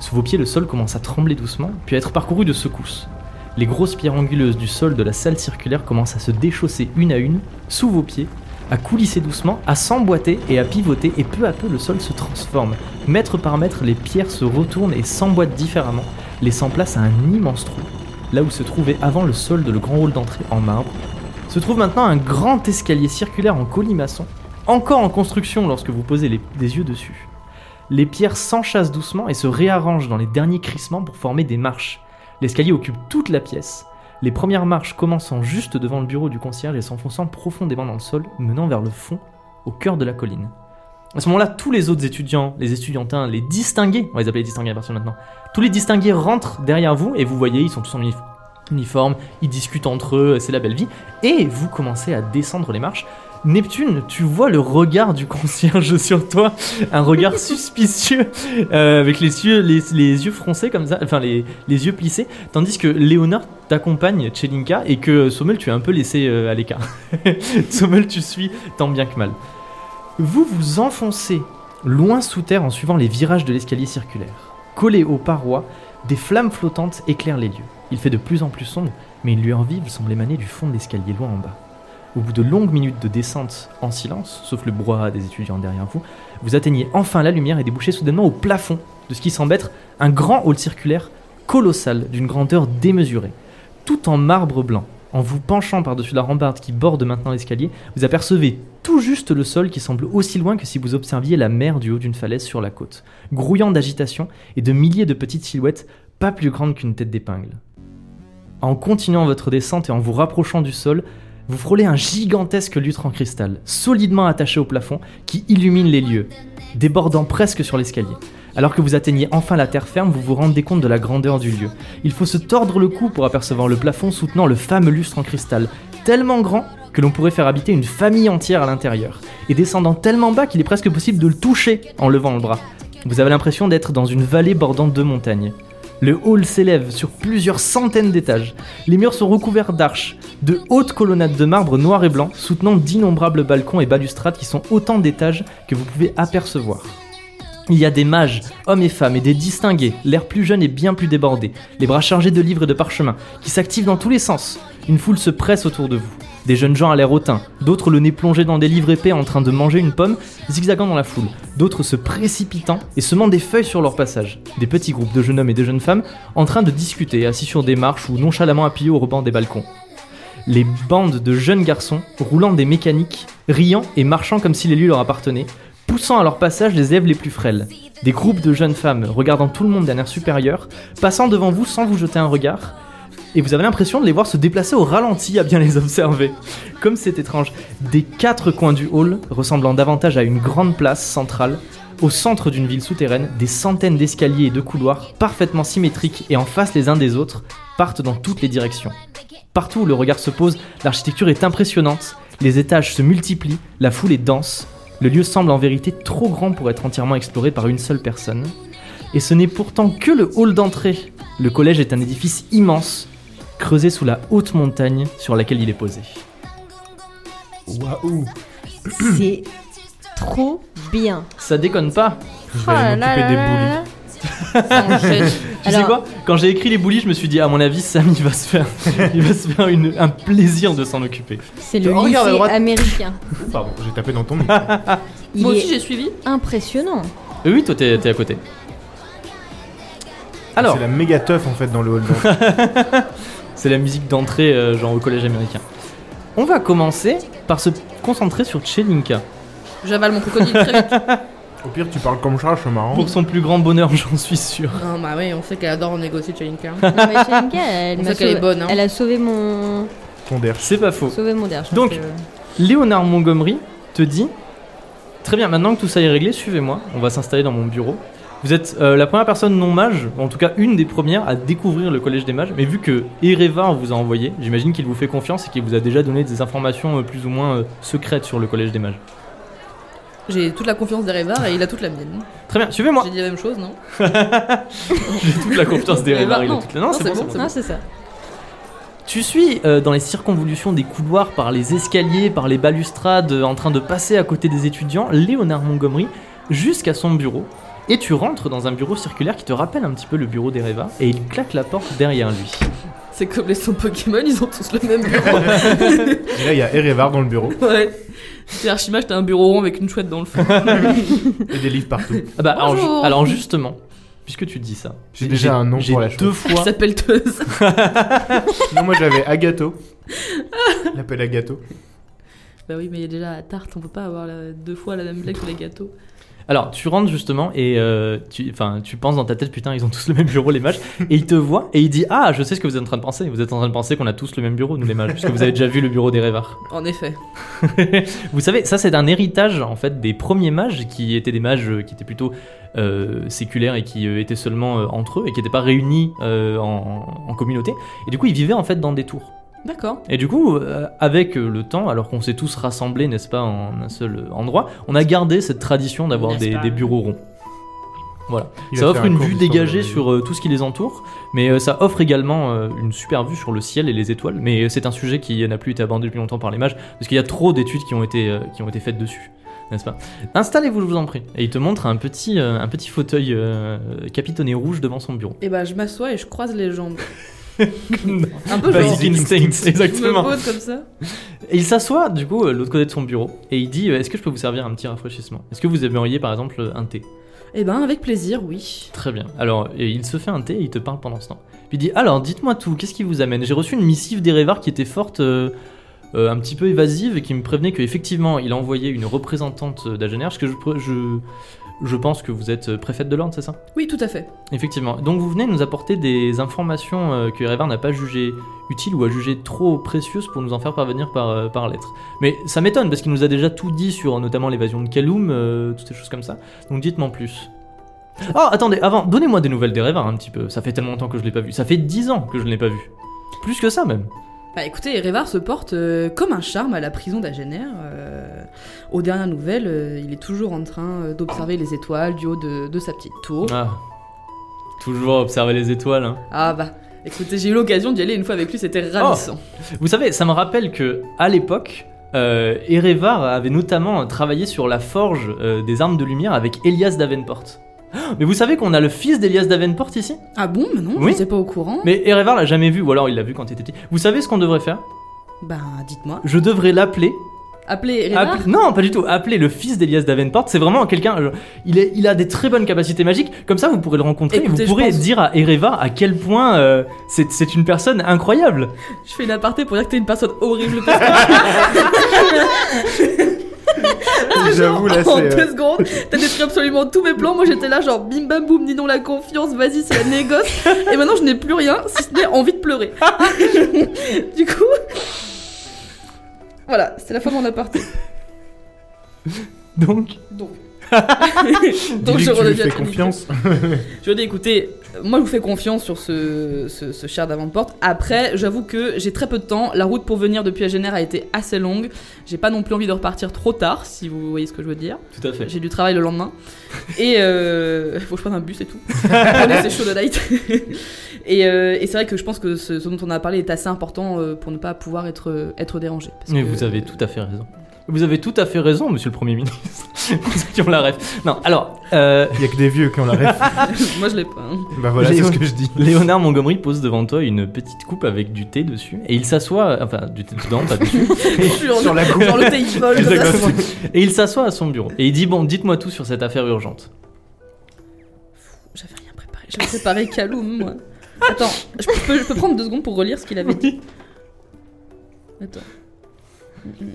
A: Sous vos pieds, le sol commence à trembler doucement, puis à être parcouru de secousses. Les grosses pierres anguleuses du sol de la salle circulaire commencent à se déchausser une à une, sous vos pieds, à coulisser doucement, à s'emboîter et à pivoter, et peu à peu le sol se transforme. Mètre par mètre, les pierres se retournent et s'emboîtent différemment, laissant place à un immense trou là où se trouvait avant le sol de le grand hall d'entrée en marbre, se trouve maintenant un grand escalier circulaire en colimaçon, encore en construction lorsque vous posez les, des yeux dessus. Les pierres s'enchassent doucement et se réarrangent dans les derniers crissements pour former des marches. L'escalier occupe toute la pièce, les premières marches commençant juste devant le bureau du concierge et s'enfonçant profondément dans le sol, menant vers le fond, au cœur de la colline. À ce moment-là, tous les autres étudiants, les étudiantins, les distingués, on va les appeler les distingués à partir de maintenant, tous les distingués rentrent derrière vous et vous voyez, ils sont tous en unif- uniforme, ils discutent entre eux, c'est la belle vie, et vous commencez à descendre les marches. Neptune, tu vois le regard du concierge sur toi, un regard suspicieux, euh, avec les yeux, les, les yeux froncés comme ça, enfin les, les yeux plissés, tandis que Léonore t'accompagne, Chelinka, et que Sommel, tu es un peu laissé euh, à l'écart. Sommel, tu suis tant bien que mal. Vous vous enfoncez loin sous terre en suivant les virages de l'escalier circulaire. Collé aux parois, des flammes flottantes éclairent les lieux. Il fait de plus en plus sombre, mais une lueur vive semble émaner du fond de l'escalier loin en bas. Au bout de longues minutes de descente en silence, sauf le brouhaha des étudiants derrière vous, vous atteignez enfin la lumière et débouchez soudainement au plafond de ce qui semble être un grand hall circulaire colossal d'une grandeur démesurée, tout en marbre blanc. En vous penchant par-dessus la rambarde qui borde maintenant l'escalier, vous apercevez tout juste le sol qui semble aussi loin que si vous observiez la mer du haut d'une falaise sur la côte, grouillant d'agitation et de milliers de petites silhouettes pas plus grandes qu'une tête d'épingle. En continuant votre descente et en vous rapprochant du sol, vous frôlez un gigantesque lutre en cristal, solidement attaché au plafond, qui illumine les lieux, débordant presque sur l'escalier. Alors que vous atteignez enfin la terre ferme, vous vous rendez compte de la grandeur du lieu. Il faut se tordre le cou pour apercevoir le plafond soutenant le fameux lustre en cristal, tellement grand que l'on pourrait faire habiter une famille entière à l'intérieur, et descendant tellement bas qu'il est presque possible de le toucher en levant le bras. Vous avez l'impression d'être dans une vallée bordant deux montagnes. Le hall s'élève sur plusieurs centaines d'étages. Les murs sont recouverts d'arches, de hautes colonnades de marbre noir et blanc, soutenant d'innombrables balcons et balustrades qui sont autant d'étages que vous pouvez apercevoir. Il y a des mages, hommes et femmes, et des distingués, l'air plus jeune et bien plus débordé, les bras chargés de livres et de parchemins, qui s'activent dans tous les sens. Une foule se presse autour de vous. Des jeunes gens à l'air hautain, d'autres le nez plongé dans des livres épais en train de manger une pomme, zigzagant dans la foule, d'autres se précipitant et semant des feuilles sur leur passage. Des petits groupes de jeunes hommes et de jeunes femmes en train de discuter, assis sur des marches ou nonchalamment appuyés au rebord des balcons les bandes de jeunes garçons roulant des mécaniques, riant et marchant comme si les lieux leur appartenaient, poussant à leur passage les élèves les plus frêles. Des groupes de jeunes femmes regardant tout le monde d'un air supérieur, passant devant vous sans vous jeter un regard, et vous avez l'impression de les voir se déplacer au ralenti à bien les observer. Comme c'est étrange, des quatre coins du hall, ressemblant davantage à une grande place centrale, au centre d'une ville souterraine, des centaines d'escaliers et de couloirs, parfaitement symétriques et en face les uns des autres, partent dans toutes les directions. Partout où le regard se pose, l'architecture est impressionnante, les étages se multiplient, la foule est dense, le lieu semble en vérité trop grand pour être entièrement exploré par une seule personne. Et ce n'est pourtant que le hall d'entrée. Le collège est un édifice immense, creusé sous la haute montagne sur laquelle il est posé.
C: Oh
D: Waouh
C: C'est trop bien.
A: Ça déconne pas
D: Je vais aller m'occuper des boules.
A: Tu sais
C: Alors-
A: quoi Quand j'ai écrit les boulis, je me suis dit, à mon avis, Sam, il va se faire, il va se faire une- un plaisir de s'en occuper.
C: C'est le
D: Oh, regarde, à
C: lycée
D: droite.
C: américain.
D: Pardon, j'ai tapé dans ton micro.
C: Il
B: Moi
C: est
B: aussi j'ai suivi.
C: impressionnant.
A: Euh, Oui, toi, t'es t'es à côté. Alors,
D: Ah, C'est la méga teuf en fait dans le hall. d'entrée.
A: c'est la musique d'entrée, euh, genre au collège américain. On va commencer par se concentrer sur Chelinka.
B: J'avale mon crocodile très vite.
D: Au pire, tu parles comme ça, c'est marrant.
A: Pour son plus grand bonheur, j'en suis sûr.
B: Non, bah oui, on sait qu'elle adore négocier Chalinka.
C: Non, mais Sharingan, elle,
B: On
C: m'a
B: sait qu'elle
C: sauvé-
B: est bonne, hein.
C: elle a sauvé mon,
D: Ton der.
A: C'est pas faux.
C: sauvé mon derrière.
A: Donc, Léonard Montgomery te dit Très bien, maintenant que tout ça est réglé, suivez-moi, on va s'installer dans mon bureau. Vous êtes euh, la première personne non mage, en tout cas une des premières à découvrir le collège des mages, mais vu que Erevar vous a envoyé, j'imagine qu'il vous fait confiance et qu'il vous a déjà donné des informations euh, plus ou moins euh, secrètes sur le collège des mages.
B: J'ai toute la confiance d'Erevar et il a toute la mienne.
A: Très bien, suivez-moi
B: J'ai dit la même chose, non
A: J'ai toute la confiance d'Erevar, il a toute la- Non, c'est bon, c'est bon.
C: Non, c'est ça.
A: Tu suis euh, dans les circonvolutions des couloirs, par les escaliers, par les balustrades, euh, en train de passer à côté des étudiants, Léonard Montgomery, jusqu'à son bureau. Et tu rentres dans un bureau circulaire qui te rappelle un petit peu le bureau d'Ereva, et il claque la porte derrière lui.
B: C'est comme les sons Pokémon, ils ont tous le même bureau.
D: Et là, il y a Erevar dans le bureau
B: ouais. C'est Archimage, t'as un bureau rond avec une chouette dans le fond.
D: et des livres partout.
A: Ah bah, alors, ju-
B: Bonjour.
A: alors justement, puisque tu dis ça,
D: J'ai déjà un nom
A: j'ai
D: pour la
A: deux
D: chose.
B: Elle
A: fois,
B: s'appelle Teuse.
D: Non, moi j'avais Agato. Je l'appelle Agato.
B: bah oui, mais il y a déjà la tarte, on peut pas avoir la- deux fois la même blague que les gâteaux.
A: Alors, tu rentres justement et euh, tu, enfin, tu penses dans ta tête, putain, ils ont tous le même bureau, les mages. Et il te voit et il dit Ah, je sais ce que vous êtes en train de penser. Vous êtes en train de penser qu'on a tous le même bureau, nous, les mages, puisque vous avez déjà vu le bureau des rêvards.
B: En effet.
A: Vous savez, ça, c'est un héritage, en fait, des premiers mages qui étaient des mages euh, qui étaient plutôt euh, séculaires et qui euh, étaient seulement euh, entre eux et qui n'étaient pas réunis euh, en, en communauté. Et du coup, ils vivaient, en fait, dans des tours.
B: D'accord.
A: Et du coup, euh, avec euh, le temps, alors qu'on s'est tous rassemblés, n'est-ce pas, en un seul euh, endroit, on a gardé cette tradition d'avoir
B: N'est-ce
A: des,
B: pas
A: des bureaux ronds. Voilà.
D: Il
A: ça
D: a
A: offre
D: fait un
A: une
D: cours
A: vue
D: d'histoire
A: dégagée
D: de la
A: sur euh, tout ce qui les entoure, mais euh, ça offre également euh, une super vue sur le ciel et les étoiles. Mais euh, c'est un sujet qui n'a plus été abordé depuis longtemps par les mages, parce qu'il y a trop d'études qui ont été euh, qui ont été faites dessus, n'est-ce pas Installez-vous, je vous en prie. Et il te montre un petit euh, un petit fauteuil euh, capitonné rouge devant son bureau.
B: Et bah je m'assois et je croise les jambes. un peu genre.
A: Basic instincts,
B: Je me
A: exactement.
B: pose comme ça.
A: Et il s'assoit du coup euh, de l'autre côté de son bureau et il dit euh, Est-ce que je peux vous servir un petit rafraîchissement Est-ce que vous aimeriez par exemple euh, un thé
B: Et ben avec plaisir, oui.
A: Très bien. Alors et il se fait un thé et il te parle pendant ce temps. Puis il dit Alors dites-moi tout, qu'est-ce qui vous amène J'ai reçu une missive des Révards qui était forte, euh, euh, un petit peu évasive et qui me prévenait qu'effectivement il envoyait une représentante euh, d'Agener, parce que je, pr- je, je pense que vous êtes euh, préfète de l'ordre, c'est ça
B: Oui, tout à fait.
A: Effectivement. Donc vous venez nous apporter des informations euh, que Erevar n'a pas jugées utiles ou a jugées trop précieuses pour nous en faire parvenir par, euh, par lettre. Mais ça m'étonne parce qu'il nous a déjà tout dit sur euh, notamment l'évasion de Kaloum, euh, toutes ces choses comme ça. Donc dites-moi en plus. Oh, attendez, avant, donnez-moi des nouvelles d'Erevar un petit peu. Ça fait tellement longtemps que je l'ai pas vu. Ça fait 10 ans que je ne l'ai pas vu. Plus que ça même.
B: Bah écoutez, Révar se porte euh, comme un charme à la prison d'Agener. euh, aux dernières nouvelles, Oh. euh, il est toujours en train euh, d'observer les étoiles du haut de, de sa petite tour.
A: Ah. Toujours observer les étoiles. hein.
B: Ah bah, écoutez, j'ai eu l'occasion d'y aller une fois avec lui, c'était
A: Oh.
B: ravissant.
A: Vous savez, ça me rappelle que à l'époque, euh, Erevar avait notamment travaillé sur la forge euh, des armes de lumière avec Elias Davenport. Mais vous savez qu'on a le fils d'Elias Davenport ici
B: Ah bon, mais non,
A: Oui.
B: je n'étais pas au courant.
A: Mais Erevar l'a jamais vu, ou alors il l'a vu quand il était petit. Vous savez ce qu'on devrait faire
B: Bah, dites-moi.
A: Je devrais l'appeler
B: Appelez Renard.
A: Appeler- non, pas du tout. Appeler le fils d'Elias Davenport, c'est vraiment quelqu'un. euh, Il, est, il a des très bonnes capacités magiques. Comme ça, vous pourrez le rencontrer et
B: Écoutez,
A: vous
B: je
A: pourrez
B: pense-
A: dire à Ereva à quel point euh, c'est c'est une personne incroyable.
B: Je fais une aparté pour dire que t'es une personne horrible. parce que
D: J'avoue, là,
B: en
D: c'est. euh,
B: deux secondes, t'as détruit absolument tous mes plans. Moi j'étais là, genre bim bam boum, dis non la confiance, vas-y, c'est la négoce. Et maintenant je n'ai plus rien, si ce n'est envie de pleurer. du coup. Voilà, c'était la fin de mon aparté.
A: Donc,
B: Donc. Donc
D: dis-lui
B: je
D: que tu lui
B: redeviens
D: fais
B: crédible.
D: confiance.
B: Je dis, écoutez, euh, moi je vous fais confiance sur ce, ce, ce cher d'avant-porte. Après, j'avoue que j'ai très peu de temps. La route pour venir depuis Agener a été assez longue. J'ai pas non plus envie de repartir trop tard, si vous voyez ce que je veux dire.
A: tout à fait.
B: J'ai du travail le lendemain. Et euh, faut que je prenne un bus et tout. Prenez, c'est chaud de night. et euh, et c'est vrai que je pense que ce, ce dont on a parlé est assez important euh, pour ne pas pouvoir être, être dérangé. Parce
A: Mais
B: que-
A: vous avez tout à fait raison. Vous avez tout à fait raison, monsieur le Premier ministre. Pour ceux qui ont la ref. Non, alors, euh,
D: Il y a que des vieux qui ont la ref.
B: Ah, Moi je l'ai pas. hein.
D: bah voilà, c'est
A: Léo-
D: ce que je dis.
A: Léonard Montgomery pose devant toi une petite coupe avec du thé dessus. Et il s'assoit. Enfin, du thé dedans, pas dessus.
B: Sur,
D: Sur la coupe.
B: Genre le thé, il vole, comme ça.
A: Exactement. Et il s'assoit à son bureau. Et il dit Bon, dites-moi tout sur cette affaire urgente.
B: J'avais rien préparé. J'avais préparé Kaloum, moi. Attends, je peux, je peux prendre deux secondes pour relire ce qu'il avait dit. Attends.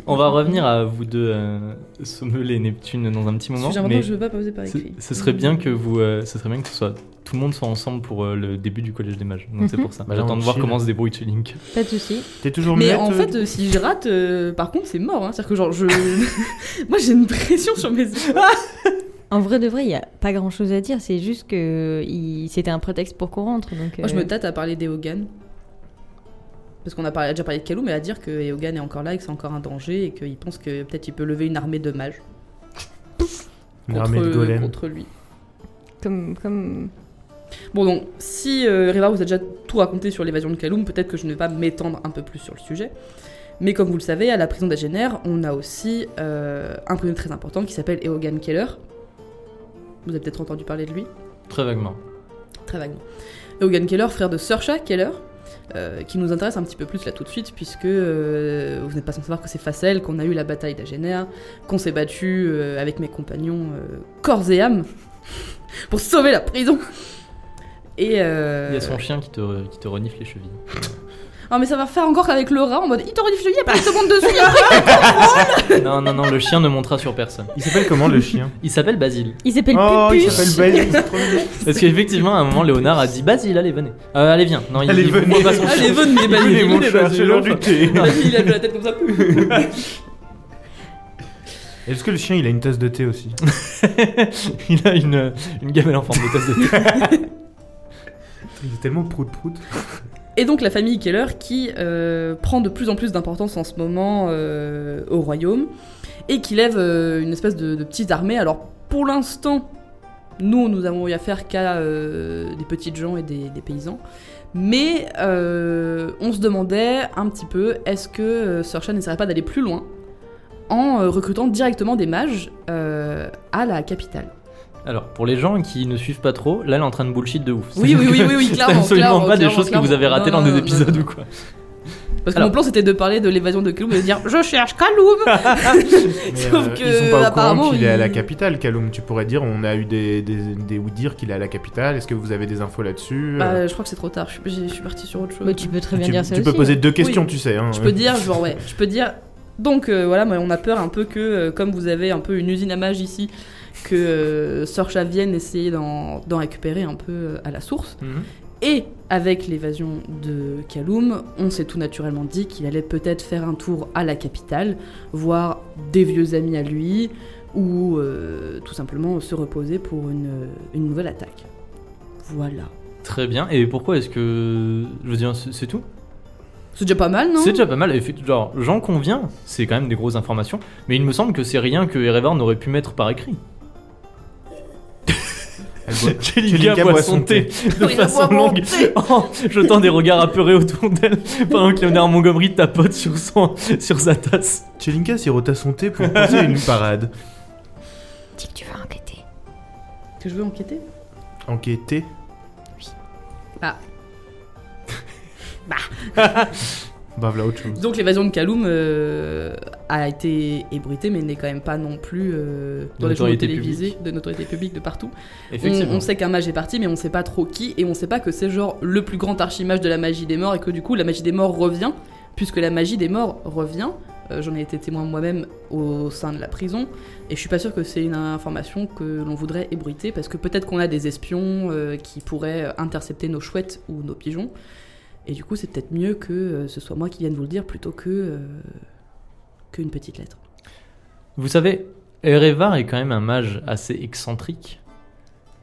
A: On va revenir à vous deux, euh, Sommel et Neptune, dans un petit moment.
B: Parce que j'ai l'impression
A: Mais
B: que je veux pas poser par
A: ce,
B: écrit.
A: ce serait bien que vous, euh, ce serait bien que ce soit tout le monde soit ensemble pour euh, le début du collège des mages. Donc c'est
C: Mhm.
A: pour ça.
D: Bah,
A: J'attends
D: on
A: de voir
D: chill.
A: comment se débrouille Chilling.
C: Pas de soucis.
D: T'es toujours
B: Mais
D: muette,
B: en
D: euh,
B: fait, euh, si je rate, euh, par contre, c'est mort. hein. C'est-à-dire que genre, je. Moi, j'ai une pression sur mes.
D: Ah
C: En vrai de vrai, il n'y a pas grand chose à dire, c'est juste que il- c'était un prétexte pour qu'on rentre. Donc,
B: Moi, je me
C: euh,
B: tâte à parler d'Eogan. Parce qu'on a, parlé- déjà parlé de Kaloum, mais à dire que Eogan est encore là et que c'est encore un danger et qu'il pense que peut-être il peut lever une armée de mages
D: une
B: contre,
D: armée de golems.
B: contre lui.
C: Comme, comme...
B: Bon donc, si euh, Révar vous a déjà tout raconté sur l'évasion de Kaloum, peut-être que je ne vais pas m'étendre un peu plus sur le sujet. Mais comme vous le savez, à la prison d'Agener, on a aussi euh, un prisonnier très important qui s'appelle Eogan Keller. Vous avez peut-être entendu parler de lui,
A: Très vaguement.
B: très vaguement. Eogan Keller, frère de Sersha Keller, euh, qui nous intéresse un petit peu plus là tout de suite, puisque euh, vous n'êtes pas sans savoir que c'est face à elle qu'on a eu la bataille d'Agener, qu'on s'est battu euh, avec mes compagnons euh, corps et âme pour sauver la prison. Et euh,
A: Il y a son chien qui te, qui te renifle les chevilles.
B: ah mais ça va faire encore avec le rat en mode il te renifle, il y a pas de seconde dessus, il y a
A: non, non, non, le chien ne montera sur personne.
D: Il s'appelle comment le chien
A: Il s'appelle Basile.
C: Il s'appelle
D: Oh, il
C: Pupus
D: s'appelle Basil, c'est trop mignon.
A: Parce qu'effectivement, à un moment, Léonard a dit Basile, allez, venez. Euh, allez, viens. Non, il,
D: Allez,
A: il faut
D: venez.
A: pas son
B: pas-
A: chien.
B: Allez, venez, les
D: Il est
B: balayés,
D: mon
B: les
D: cher,
B: balayés,
D: c'est l'heure du thé.
B: Vas-y, il a la tête comme ça.
D: Est-ce que le chien il a une tasse de thé aussi
A: il a une, une gamelle en forme de tasse de thé.
D: Il est tellement prout prout.
B: Et donc la famille Keller qui euh, prend de plus en plus d'importance en ce moment euh, au royaume et qui lève euh, une espèce de, de petite armée. Alors pour l'instant, nous nous avons eu affaire qu'à euh, des petites gens et des, des paysans. Mais euh, on se demandait un petit peu est-ce que euh, Sir Sean n'essaierait pas d'aller plus loin en euh, recrutant directement des mages euh, à la capitale.
A: Alors, pour les gens qui ne suivent pas trop, là, elle est en train de bullshit de ouf.
B: Oui, oui, oui, oui, oui,
A: C'est
B: clairement.
A: absolument
B: clairement,
A: pas des
B: clairement,
A: choses que vous avez
B: clairement.
A: ratées
B: Non,
A: dans des
B: non, non, non,
A: épisodes
B: non.
A: ou quoi.
B: Parce que
A: Alors-
B: mon plan c'était de parler de l'évasion de Kaloum et de dire je cherche Kaloum Sauf que,
D: euh, ils sont pas au
B: apparemment,
D: courant qu'il est à la
B: il-
D: capitale, Kaloum. Tu pourrais dire, on a eu des, des, des ou dire qu'il est à la capitale. Est-ce que vous avez des infos là-dessus Euh,
B: Bah, je crois que c'est trop tard, je suis, j'ai- je suis partie sur autre chose.
C: Bah, tu peux très bien
D: Tu,
C: dire ça
D: tu peux
C: aussi.
D: poser deux questions, tu sais.
A: Ah
D: hein.
B: Je peux dire, genre, ouais, je peux dire. Donc euh, voilà, moi, on a peur un peu que, euh, comme vous avez un peu une usine à mage ici, que euh, Sorcha vienne essayer d'en d'en récupérer un peu euh, à la source.
A: Mhm.
B: Et avec l'évasion de Kaloum, on s'est tout naturellement dit qu'il allait peut-être faire un tour à la capitale, voir des vieux amis à lui, ou euh, tout simplement se reposer pour une, euh, une nouvelle attaque. Voilà.
A: Très bien. Et pourquoi est-ce que. Je veux dire, c'est c'est tout
B: C'est déjà pas mal, non
A: C'est déjà pas mal. effectivement. Genre, j'en conviens, c'est quand même des grosses informations. Mais il me semble que c'est rien que Erevar n'aurait pu mettre par écrit.
D: Elle boit-
A: Jellica boit son thé de
B: Oui,
A: façon
B: bois mon
A: longue,
B: thé.
A: en jetant des regards apeurés autour d'elle, pendant que Léonard Montgomery tapote sur, son, sur sa tasse.
D: Chelinka sirota son thé pour poser une parade.
C: Dis que tu vas enquêter.
B: Que je veux enquêter
D: Enquêter.
B: Bah.
D: Bah voilà autre chose.
B: Donc l'évasion de Kaloum euh, a été ébruitée, mais n'est quand même pas non plus euh, dans les journaux
A: notoriété
B: télévisés, de notoriété publique de partout. On, on sait qu'un mage est parti, mais on sait pas trop qui, et on sait pas que c'est genre le plus grand archimage de la magie des morts, et que du coup la magie des morts revient, puisque la magie des morts revient. Euh, J'en ai été témoin moi-même au sein de la prison, et je suis pas sûr que c'est une information que l'on voudrait ébruiter, parce que peut-être qu'on a des espions euh, qui pourraient intercepter nos chouettes ou nos pigeons, et du coup c'est peut-être mieux que euh, ce soit moi qui vienne vous le dire plutôt que euh, qu'une petite lettre.
A: Vous savez, Erevar est quand même un mage assez excentrique.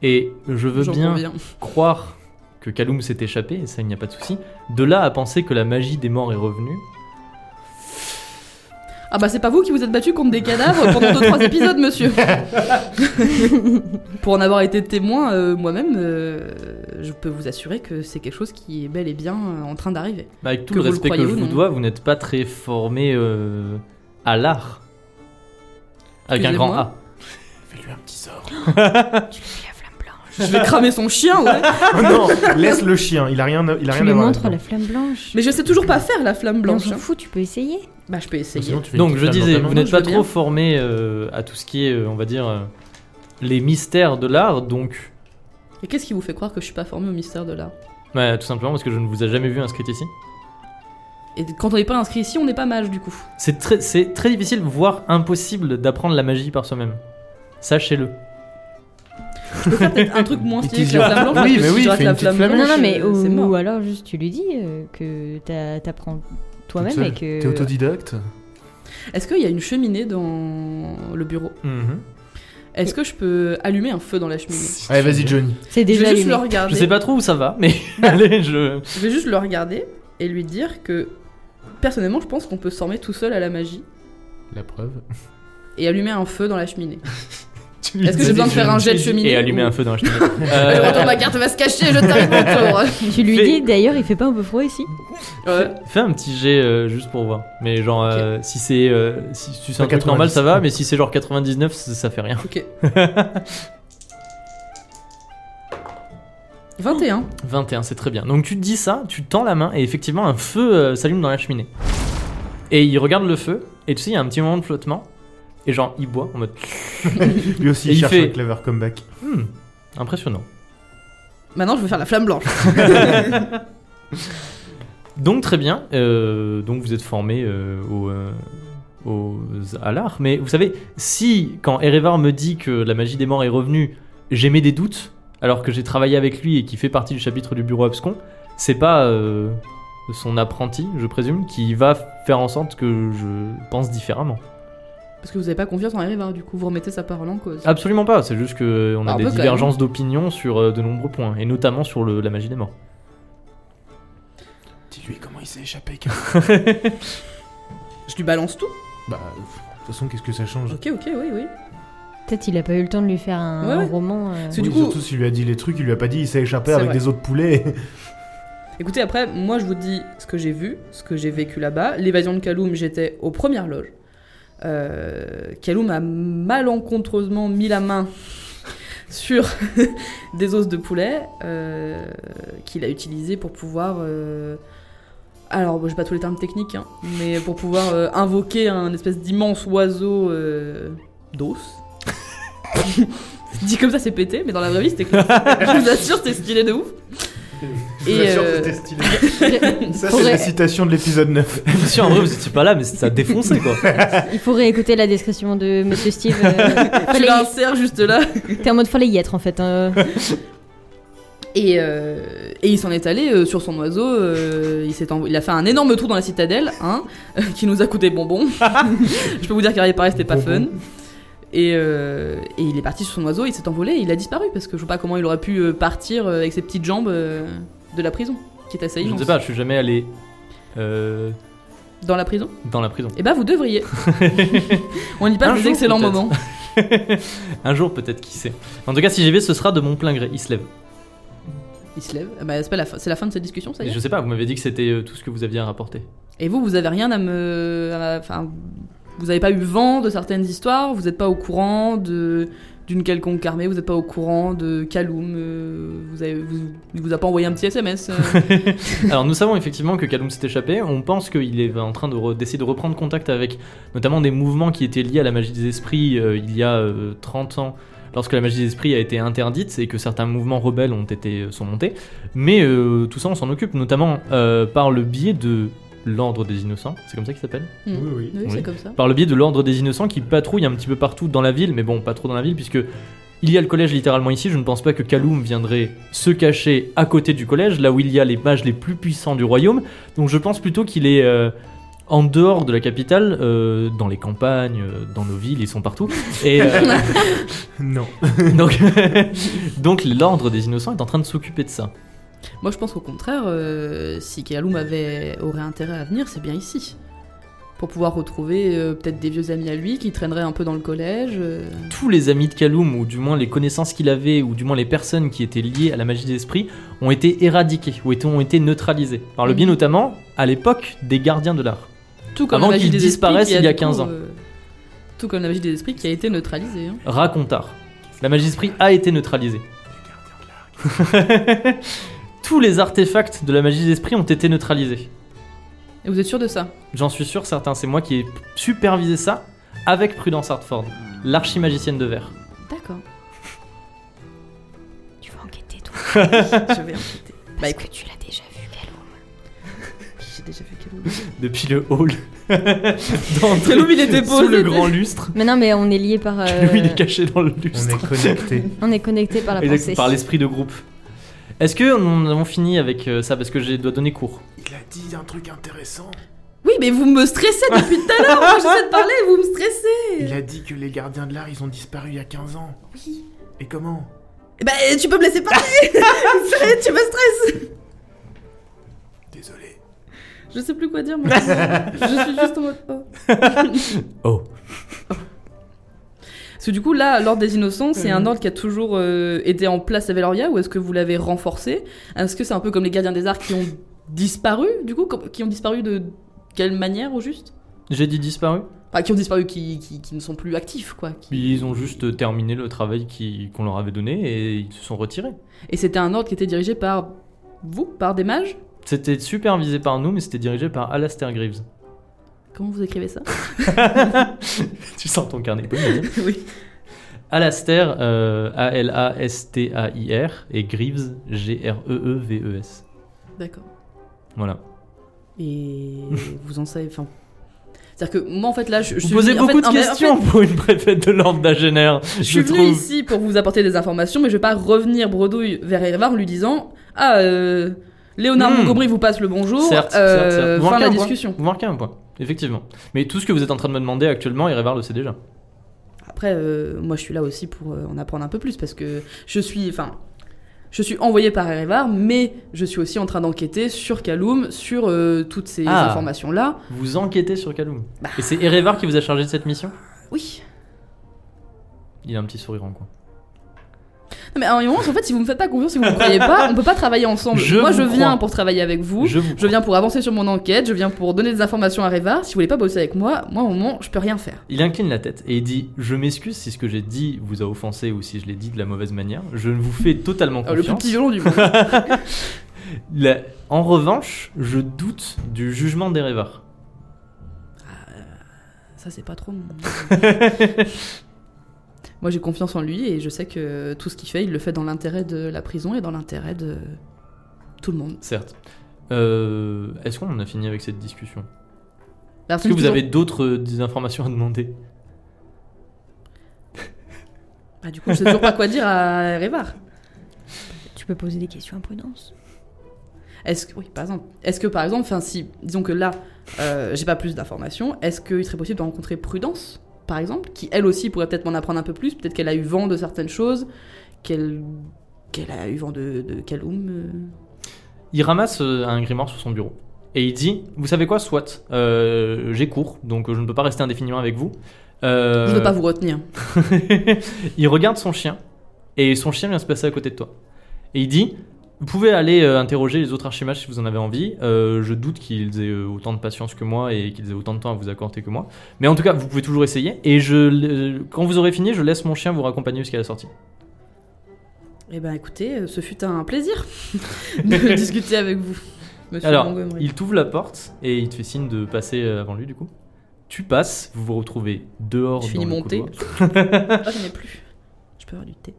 A: Et je veux
B: J'en
A: bien
B: conviens.
A: croire que Kaloum s'est échappé, et ça il n'y a pas de souci. De là à penser que la magie des morts est revenue.
B: Ah bah c'est pas vous qui vous êtes battu contre des cadavres pendant 2-3 épisodes, monsieur Pour en avoir été témoin euh, moi-même, euh, je peux vous assurer que c'est quelque chose qui est bel et bien euh, en train d'arriver.
A: Bah, avec tout
B: Que
A: le
B: vous le
A: respect que
B: croyez
A: je
B: ou
A: vous
B: non.
A: dois, vous n'êtes pas très formé euh, à l'art. Avec un grand A.
B: Excusez-moi.
D: Fais-lui un petit sort.
C: La flamme blanche.
B: Je vais cramer son chien, ouais
D: Oh non, laisse le chien, il a rien, à- il a
C: Tu
D: rien
C: lui
D: à voir.
C: montres la
D: là-dedans.
C: flamme blanche.
B: Mais je sais toujours pas faire la flamme
C: Mais on
B: blanche.
C: s'en
B: hein.
C: fout, tu peux essayer.
B: Bah je peux essayer.
D: Sinon, tu fais une
A: Donc
D: petite
A: je
D: table dans
A: disais,
D: ta main.
A: vous n'êtes
B: je
A: pas
B: veux bien.
A: trop formé euh, à tout ce qui est, euh, on va dire, euh, les mystères de l'art, donc
B: Et qu'est-ce qui vous fait croire que je suis pas formé au mystère de l'art
A: bah, tout simplement parce que je ne vous ai jamais vu inscrit ici.
B: Et quand on n'est pas inscrit ici, on n'est pas mage du coup.
A: C'est très, c'est très difficile, voire impossible, d'apprendre la magie par soi-même. Sachez-le.
B: Je peux faire peut-être un truc moins
D: Et
B: stylé
D: qu'ils
B: que la flamme blanche.
D: y-
B: parce que
D: Oui, mais
B: si
D: oui,
B: je rate
D: fais une
B: la
D: petite
B: flamme
D: flamme
B: blanche,
C: non, non, mais
B: euh, c'est
C: ou,
B: mort.
C: ou alors juste tu lui dis euh, que t'as- t'apprends toi-même
D: seule.
C: et que.
D: T'es autodidacte
B: Est-ce qu'il y a une cheminée dans le bureau Est-ce que je peux allumer un feu dans la cheminée
D: Allez, vas-y, Johnny.
C: C'est
B: Je
C: déjà
B: vais juste
C: allumé.
B: le regarder.
A: Je sais pas trop où ça va, mais allez, je.
B: Je vais juste le regarder et lui dire que personnellement, je pense qu'on peut s'en mettre tout seul à la magie
D: La preuve.
B: et allumer un feu dans la cheminée.
A: Tu lui
B: Est-ce que
A: dis-
B: j'ai besoin de faire un jet
A: tu
B: de
A: lui dis-
B: cheminée
A: Et allumer
B: ou-
A: un feu dans la cheminée.
B: Euh,
A: Euh,
B: retourne ma carte va se cacher, je t'arrive mon
C: Tu lui
A: Fais-
C: dis d'ailleurs, il fait pas un peu froid ici
B: tour. Ouais.
A: Fais un petit jet euh, juste pour voir. Mais genre, euh, si c'est euh, si, si c'est un
D: Pas
A: truc normal,
D: 90.
A: ça va, mais si c'est genre 99, ça, ça fait rien.
B: Ok. 21.
A: 21, c'est très bien. Donc tu te dis ça, tu tends la main, et effectivement, un feu euh, s'allume dans la cheminée. Et il regarde le feu, et tu sais, il y a un petit moment de flottement, et genre, il boit en mode.
D: Lui aussi,
A: Et
D: il
A: il
D: cherche
A: fait-
D: un clever comeback.
A: Hmm, impressionnant.
B: Maintenant, je veux faire la flamme blanche.
A: Donc très bien, euh, donc vous êtes formé euh, au, euh, aux- à l'art, mais vous savez, si quand Erevar me dit que la magie des morts est revenue, j'émets des doutes, alors que j'ai travaillé avec lui et qui fait partie du chapitre du bureau abscon, c'est pas euh, son apprenti, je présume, qui va faire en sorte que je pense différemment.
B: Parce que vous avez pas confiance en Erevar, du coup, vous remettez sa parole en cause.
A: Absolument pas, c'est juste qu'on a
B: Bah, un
A: des
B: peu quand
A: divergences d'opinion sur euh, de nombreux points, et notamment sur le- la magie des morts.
D: Dis-lui comment il s'est échappé.
B: Je lui balance tout.
D: Bah, de toute façon, qu'est-ce que ça change
B: Ok, ok, oui, oui.
C: Peut-être il a pas eu le temps de lui faire un,
B: Ouais,
C: un
B: ouais.
C: roman. euh,
B: C'est- du
D: Oui,
B: coup-
D: Surtout s'il lui a dit les trucs, il lui a pas dit il s'est échappé
B: C'est
D: avec
B: vrai.
D: des autres poulets.
B: Écoutez, après, moi je vous dis ce que j'ai vu, ce que j'ai vécu là-bas. L'évasion de Kaloum, j'étais aux premières loges. Euh, Kaloum a malencontreusement mis la main sur des os de poulet euh, qu'il a utilisé pour pouvoir. euh, alors, bon, j'ai pas tous les termes techniques, hein, mais pour pouvoir euh, invoquer un espèce d'immense oiseau euh, d'os. Dit comme ça, c'est pété, mais dans la vraie vie, c'était classe. Je vous assure, c'est stylé de ouf.
D: Je
B: Et,
D: vous assure,
B: euh,
D: c'était stylé. Ça,
C: Faudrait-
D: c'est la citation de l'épisode 9.
A: Monsieur, en vrai, vous étiez pas là, mais ça défonçait quoi.
C: Il faut réécouter la description de Monsieur Steve. euh,
B: Tu
C: fallait-
B: l'insères juste là.
C: T'es en mode fallait y être en fait. hein.
B: Et, euh, et il s'en est allé euh, sur son oiseau. euh, il, s'est envo- il a fait un énorme trou dans la citadelle, hein, qui nous a coûté bonbon. Je peux vous dire qu'il pareil, c'était pas fun. Et, euh, et il est parti sur son oiseau, il s'est envolé, et il a disparu parce que je vois pas comment il aurait pu euh, partir euh, avec ses petites jambes euh, de la prison, qui est assez
A: Je ne
B: immense.
A: sais pas, je suis jamais allé euh,
B: Dans la prison
A: dans la prison.
B: Eh bah vous devriez. On y passe
A: Un
B: des
A: jour,
B: excellents
A: peut-être.
B: moments.
A: Un jour, peut-être, qui sait. En tout cas, si j'y vais, ce sera de mon plein gré. Il se lève.
B: Il se lève. Ah bah, c'est pas la fin, c'est la fin de cette discussion, ça y
A: Et
B: est.
A: je sais pas, vous m'avez dit que c'était euh, tout ce que vous aviez à rapporter.
B: Et vous, vous avez rien à me. à- Enfin, vous avez pas eu vent de certaines histoires, vous n'êtes pas au courant de d'une quelconque armée, vous n'êtes pas au courant de Kaloum, euh, vous avez, vous, il vous a pas envoyé un petit SMS. euh.
A: Alors nous savons effectivement que Kaloum s'est échappé, on pense qu'il est en train de re- d'essayer de reprendre contact avec notamment des mouvements qui étaient liés à la magie des esprits euh, il y a euh, 30 ans lorsque la magie des esprits a été interdite et que certains mouvements rebelles ont été euh, sont montés. Mais euh, tout ça on s'en occupe notamment euh, par le biais de l'ordre des innocents, c'est comme ça qu'il s'appelle
B: Mm.
D: Oui, oui.
B: Oui,
A: Oui.
B: c'est comme ça.
A: par le biais de l'ordre des innocents qui patrouille un petit peu partout dans la ville, mais bon, pas trop dans la ville, puisque il y a le collège littéralement ici. Je ne pense pas que Kaloum viendrait se cacher à côté du collège, là où il y a les mages les plus puissants du royaume. Donc je pense plutôt qu'il est euh, en dehors de la capitale, euh, dans les campagnes, euh, dans nos villes, ils sont partout. Et euh,
D: Non.
A: donc, donc l'ordre des innocents est en train de s'occuper de ça.
B: Moi, je pense qu'au contraire, euh, si Kaloum avait aurait intérêt à venir, c'est bien ici. Pour pouvoir retrouver euh, peut-être des vieux amis à lui qui traîneraient un peu dans le collège. euh.
A: tous les amis de Kaloum, ou du moins les connaissances qu'il avait, ou du moins les personnes qui étaient liées à la magie des esprits, ont été éradiquées, ou étaient- ont été neutralisées. Par le biais
B: Mhm.
A: notamment, à l'époque, des gardiens de l'art.
B: Tout comme
A: Avant
B: la magie
A: qu'il
B: des
A: disparaisse
B: esprits qui
A: il y a
B: du
A: 15 ans.
B: euh, tout comme la magie des esprits qui a été neutralisée. hein.
A: Racontard. La magie des esprits a été neutralisée. tous les artefacts de la magie des esprits ont été neutralisés.
B: Et vous êtes sûr de ça
A: J'en suis sûr, certain, c'est moi qui ai supervisé ça avec Prudence Hartford, l'archimagicienne de verre.
B: D'accord.
C: Tu vas enquêter, toi.
B: Je vais enquêter. Bah,
C: Parce que tu l'as déjà vu, Calou.
B: J'ai déjà fait Kaloum.
A: Depuis le hall. D'entrée
B: Kaloum, il était
A: sous
B: posé.
A: le grand lustre.
C: Mais non, mais on est liés par. euh,
A: Lui, il est caché dans le lustre.
D: On est connecté.
C: on est connectés par la
A: Exact,
C: pensée.
A: par l'esprit de groupe. Est-ce que nous avons fini avec euh, ça parce que je dois donner cours
D: Il a dit un truc intéressant.
B: Oui, mais vous me stressez depuis tout à l'heure. Moi, j'essaie de parler, vous me stressez.
D: Il a dit que les gardiens de l'art, ils ont disparu il y a 15 ans.
B: Oui.
D: Et comment
B: Bah, tu peux me laisser parler. Sérieux, tu me stresses.
D: Désolé.
B: Je sais plus quoi dire, moi. je suis juste en mode. Oh.
A: Oh.
B: Parce que du coup, là, l'ordre des innocents, c'est un ordre qui a toujours euh, été en place à Veloria ou est-ce que vous l'avez renforcé Est-ce que c'est un peu comme les gardiens des arts qui ont disparu, du coup com- Qui ont disparu de quelle manière, au juste
A: J'ai dit disparu
B: Enfin, qui ont disparu, qui, qui, qui ne sont plus actifs, quoi. qui-
A: Ils ont juste euh, terminé le travail qui- qu'on leur avait donné et ils se sont retirés.
B: Et c'était un ordre qui était dirigé par vous, par des mages
A: C'était supervisé par nous, mais c'était dirigé par Alastair Greaves.
B: Comment vous écrivez ça
A: tu sors ton carnet. oui, vas-y.
B: Oui.
A: Alastair, euh, A-L-A-S-T-A-I-R, et Greaves, E G-R-E-E-V-E-S.
B: D'accord.
A: Voilà.
B: Et vous en savez. Enfin. C'est-à-dire que moi, en fait, là, je, je
A: Vous
B: suis
A: posez
B: venue- en
A: beaucoup
B: fait-
A: de
B: en fait- en fait,
A: questions pour une préfète de l'ordre d'Agener, je,
B: Je suis
A: trouve.
B: venu ici pour vous apporter des informations, mais je vais pas revenir bredouille vers Erevar en lui disant Ah, euh, Léonard
A: Hmm.
B: Montgomery vous passe le bonjour.
A: Certes,
B: euh,
A: certes, certes. Vous
B: Fin de
A: marquez
B: la
A: un point.
B: discussion.
A: Vous marquez un point, effectivement. Mais tout ce que vous êtes en train de me demander actuellement, Erevar le sait déjà.
B: Après, euh, moi, je suis là aussi pour euh, en apprendre un peu plus parce que je suis. Enfin. Je suis envoyé par Erevar, mais je suis aussi en train d'enquêter sur Kaloum, sur euh, toutes ces
A: Ah.
B: informations-là.
A: Vous enquêtez sur Kaloum.
B: Bah.
A: Et c'est Erevar qui vous a chargé de cette mission
B: Oui.
A: Il a un petit sourire en coin.
B: Non, mais à un moment, en fait, si vous me faites pas confiance, si vous me croyez pas, on peut pas travailler ensemble.
A: Je
B: moi, je
A: vous
B: viens
A: crois.
B: pour travailler avec vous.
A: Je vous
B: Je viens pour avancer sur mon enquête, je viens pour donner des informations à Reva. Si vous voulez pas bosser avec moi, moi, au moment, je peux rien faire.
A: Il incline la tête et il dit Je m'excuse si ce que j'ai dit vous a offensé ou si je l'ai dit de la mauvaise manière. Je vous fais totalement
B: Ah, le plus
A: confiance.
B: petit violon du monde.
A: La- En revanche, je doute du jugement d'Erevar.
B: Ça, c'est pas trop mon. Moi, j'ai confiance en lui et je sais que tout ce qu'il fait, il le fait dans l'intérêt de la prison et dans l'intérêt de tout le monde.
A: Certes. Euh, Est-ce qu'on en a fini avec cette discussion
B: Parce
A: Est-ce que vous avez d'autres euh, des informations à demander
B: Ah, du coup, je sais toujours pas quoi dire à Révar.
C: Tu peux poser des questions à Prudence.
B: Est-ce que, oui, par exemple. Est-ce que, par exemple, enfin, si, disons que là, euh, j'ai pas plus d'informations, est-ce qu'il serait possible de rencontrer Prudence, par exemple, qui elle aussi pourrait peut-être m'en apprendre un peu plus, peut-être qu'elle a eu vent de certaines choses, qu'elle qu'elle a eu vent de, de Kaloum. euh.
A: Il ramasse euh, un grimoire sur son bureau. Et il dit, vous savez quoi, soit, euh, j'ai cours, donc euh, je ne peux pas rester indéfiniment avec vous, Euh,
B: Je veux pas vous retenir.
A: il regarde son chien et son chien vient se passer à côté de toi. Et il dit Vous pouvez aller euh, interroger les autres archimages si vous en avez envie. Euh, je doute qu'ils aient euh, autant de patience que moi et qu'ils aient autant de temps à vous accorder que moi. Mais en tout cas, vous pouvez toujours essayer. Et je, euh, quand vous aurez fini, je laisse mon chien vous raccompagner jusqu'à la sortie.
B: Eh ben écoutez, euh, ce fut un plaisir de discuter avec vous, monsieur
A: Alors,
B: Montgomery.
A: il t'ouvre la porte et il te fait signe de passer euh, avant lui, du coup. Tu passes, vous vous retrouvez dehors.
B: Je finis
A: dans le
B: mon thé.
A: couloir.
B: Ah, j'en ai plus. Je peux avoir du thé.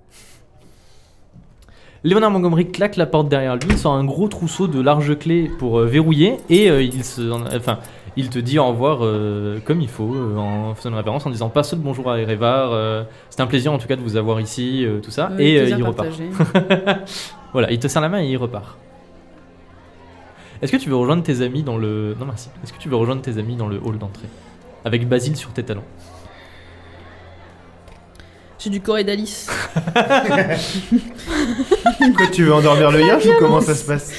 A: Léonard Montgomery claque la porte derrière lui, il sort un gros trousseau de larges clés pour euh, verrouiller et euh, il, se, enfin, il te dit au revoir euh, comme il faut euh, en faisant une référence en disant passe le bonjour à Erevar, euh, c'est un plaisir en tout cas de vous avoir ici, euh, tout ça,
B: Euh,
A: et euh,
B: plaisir
A: il
B: partagé.
A: repart. voilà, il te serre la main et il repart. Est-ce que tu veux rejoindre tes amis dans le... Non merci, est-ce que tu veux rejoindre tes amis dans le hall d'entrée avec Basile sur tes talons
B: J'ai du corps d'Alice.
D: Quoi, tu veux endormir le yacht ou comment ça se passe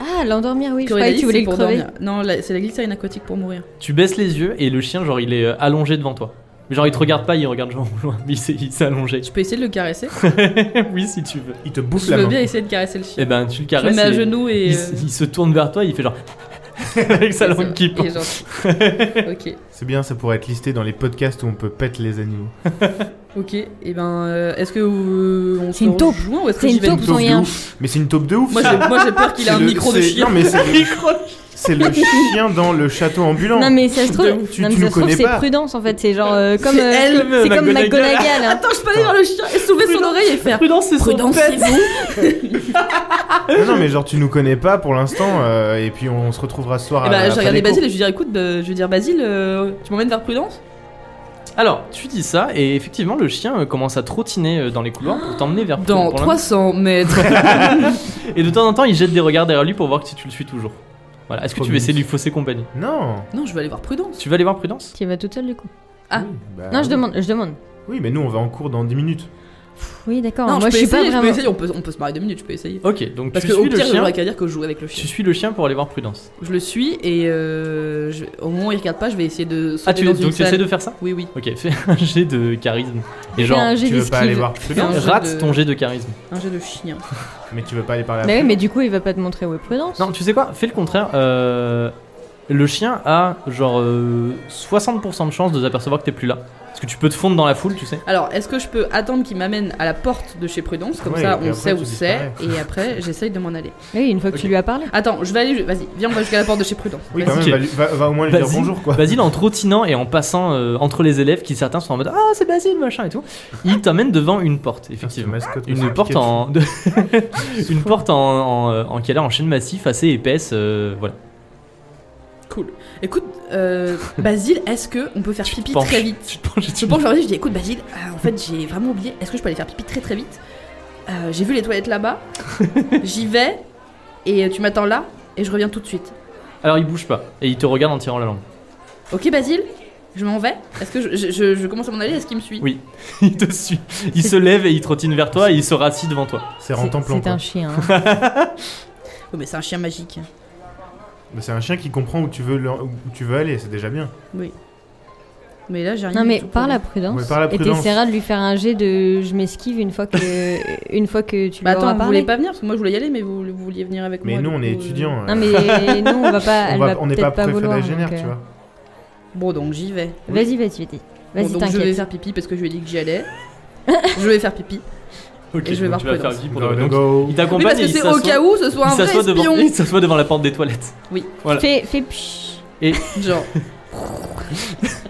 C: Ah, l'endormir, oui. Je
B: Corée
C: croyais
B: d'Alice,
C: que tu voulais
B: c'est
C: le
B: pour
C: crever.
B: dormir. Non, la- c'est la glycérine aquatique pour mourir.
A: Tu baisses les yeux et le chien genre il est euh, allongé devant toi. Mais Genre il te regarde pas, il regarde genre loin, mais il s'est il s'est allongé.
B: Je peux essayer de le caresser
A: oui, si tu veux.
D: Il te bouffe
B: Je
D: la
B: veux
D: main.
B: bien essayer de caresser le chien.
A: Et ben, tu le
B: je me
A: caresses.
B: mets à
A: et
B: genoux et...
A: il,
B: euh,
A: il se tourne vers toi, et il fait genre. avec sa
B: et ça
A: langue
B: va.
A: qui
B: Et
A: pend.
B: genre- ok.
D: C'est bien, ça pourrait être listé dans les podcasts où on peut pète les animaux.
B: Ok, et ben, euh, est-ce que euh, on se
C: C'est une taupe.
B: rejoint ou est-ce que
C: C'est
B: j'y
C: une
B: vais
C: taupe,
D: Taupe
C: j'en ai
D: de
C: un.
D: ouf. Mais c'est une taupe de ouf.
B: Moi
D: ça.
B: j'ai, moi, j'ai peur qu'il ait
D: C'est
B: un
D: le-
B: micro de
D: c'est-
B: chien.
D: Non, mais c'est le, c'est le chien dans le château ambulant.
C: Non, mais ça se trouve,
D: De ouf, tu-
C: non, mais
D: tu
C: ça
D: nous
C: se trouve,
D: connais
C: c'est
D: pas.
C: prudence en fait. C'est genre euh, comme.
A: C'est
C: euh,
A: elle,
C: c'est comme
A: McGonagall.
C: McGonagall. hein.
B: Attends, je peux aller voir le chien et soulever son oreille et faire.
A: Prudence, c'est
B: Prudence, c'est vous.
D: Non, non, mais genre tu nous connais pas pour l'instant euh, et puis on se retrouvera ce soir
B: Et
D: à
B: bah,
A: Ah,
D: la
B: je regardais Basile et je lui dire écoute, euh, je vais dire Basile, euh, tu m'emmènes vers Prudence
A: Ah, Alors, tu dis ça, et effectivement, le chien euh, commence à trottiner euh, dans les couloirs pour t'emmener vers
B: Dans
A: pour
B: 300 mètres.
A: l'emmener. Et de temps en temps, il jette des regards derrière lui pour voir si tu le suis toujours. Voilà. Est-ce que
D: Trop
A: tu veux essayer de
D: mignon.
A: lui fausser compagnie
D: Non.
B: non, je vais aller voir Prudence.
A: Tu vas aller voir Prudence
C: Tu y vas toute seule du coup.
B: Ah.
D: Oui, bah,
C: non, je
D: oui.
C: demande, je demande.
D: Oui, mais nous on va en cours dans 10 minutes.
C: Oui, d'accord.
B: non,
C: Moi,
B: je
C: je
B: peux
C: suis
B: essayer,
C: pas
B: je peux
C: vraiment.
B: essayer, on peut, on peut se marrer deux minutes, je peux essayer.
A: Ok, donc
B: Parce
A: tu
B: que au
A: suis le
B: pire,
A: chien.
B: j'aurais qu'à dire que je joue avec le
A: Tu
B: chien.
A: suis le chien pour aller voir Prudence.
B: Je le suis et euh, je- au moment où il regarde pas, je vais essayer de sauter
A: Ah, tu
B: dans
A: donc
B: une
A: tu
B: salle.
A: essaies de faire ça
B: Oui, oui.
A: Ok, fais un jet de charisme. Et genre,
C: un jet
D: Tu veux pas aller
C: d'esquive.
D: voir
B: Fais un
D: Prudence,
B: jet
A: rate
B: de-
A: ton jet de charisme.
B: Un jeu de chien.
D: mais tu veux pas aller parler à
C: Bah oui, mais du coup, il va pas te montrer où est prudence.
A: Non, tu sais quoi Fais le contraire. euh, le chien a genre euh, 60% de chance de s'apercevoir que t'es plus là. Parce que tu peux te fondre dans la foule, tu sais.
B: Alors, est-ce que je peux attendre qu'il m'amène à la porte de chez Prudence Comme
D: Ouais,
B: ça,
D: et
B: on
D: après,
B: sait
D: tu
B: où c'est.
D: disparais.
B: Et après, j'essaye de m'en aller.
C: Oui, une fois que
A: Ok.
C: tu lui as parlé.
B: Attends, je vais aller. Vas-y, viens, on va jusqu'à la porte de chez Prudence.
D: Oui,
B: Vas-y.
D: quand même,
A: Vas-y.
D: va, lui- va- va au moins lui dire
A: Vas-y.
D: bonjour quoi.
A: Basile, en trottinant et en passant euh, entre les élèves, qui certains sont en mode Ah, c'est Basile, machin et tout, il t'emmène devant une porte, effectivement. Une porte en. de- une porte en, en, euh, en, qu'elle a en chaîne massif assez épaisse, euh, voilà.
B: Cool. Écoute, euh, Basile, est-ce que on peut faire
A: Tu te
B: pipi
A: penches.
B: très vite
A: Tu te penches et tu-
B: Je pense que je leur dis, je dis, écoute Basile, euh, en fait j'ai vraiment oublié, est-ce que je peux aller faire pipi très très vite Euh, J'ai vu les toilettes là-bas, j'y vais, et tu m'attends là, et je reviens tout de suite.
A: Alors il bouge pas et il te regarde en tirant la langue.
B: Ok Basile, je m'en vais Est-ce que je, je- je- je commence à m'en aller Est-ce qu'il me suit
A: Oui. Il te suit. Il se lève et il trottine vers toi et il se rassit devant toi.
D: C'est
C: C'est-
D: rentemplant.
C: C'est un
D: quoi.
C: chien. hein.
B: Oh, mais c'est un chien magique.
D: Mais Bah, C'est un chien qui comprend où tu veux, le- où tu veux aller, c'est déjà bien.
B: Mais là j'ai rien.
C: Non mais
B: du tout
C: par
B: pour
C: la
B: lui.
C: prudence.
D: Ouais, par la
C: Et
D: prudence.
C: t'essaieras de lui faire un jet de je m'esquive une fois que une fois que tu lui
B: Bah
C: auras
B: attends, vous
C: parlé.
B: voulez pas venir Parce que moi je voulais y aller, mais vous, vous vouliez venir avec
D: Mais
B: moi.
D: nous
B: du
D: on est
B: coup, euh,
D: étudiants. euh,
C: Non mais nous on va pas
D: on
C: elle
D: va-
C: va
D: on n'est pas
C: peut-être pas vouloir.
D: préférés
C: donc,
D: tu
C: euh,
D: vois.
B: Bon donc j'y vais.
C: Vas-y, vas-y, vas-y.
B: Bon,
C: Vas-y,
B: donc je vais
C: t'inquiète.
B: faire pipi parce que je lui ai dit que j'y allais. je vais faire pipi.
A: Ok,
B: Et je vais
A: donc
B: voir
A: tu vas faire
B: Prudence.
A: vie pour de
D: Go,
A: vrai. Donc,
D: go, go.
A: Il
B: Oui,
A: t'accompagne
B: parce
A: et
B: que
A: il
B: c'est au
A: s'assoit-
B: cas où ce soit
A: il
B: un vrai
A: s'assoit devant,
B: espion.
A: il s'assoit devant la porte des toilettes. Voilà.
C: Fais fais pch.
B: Genre.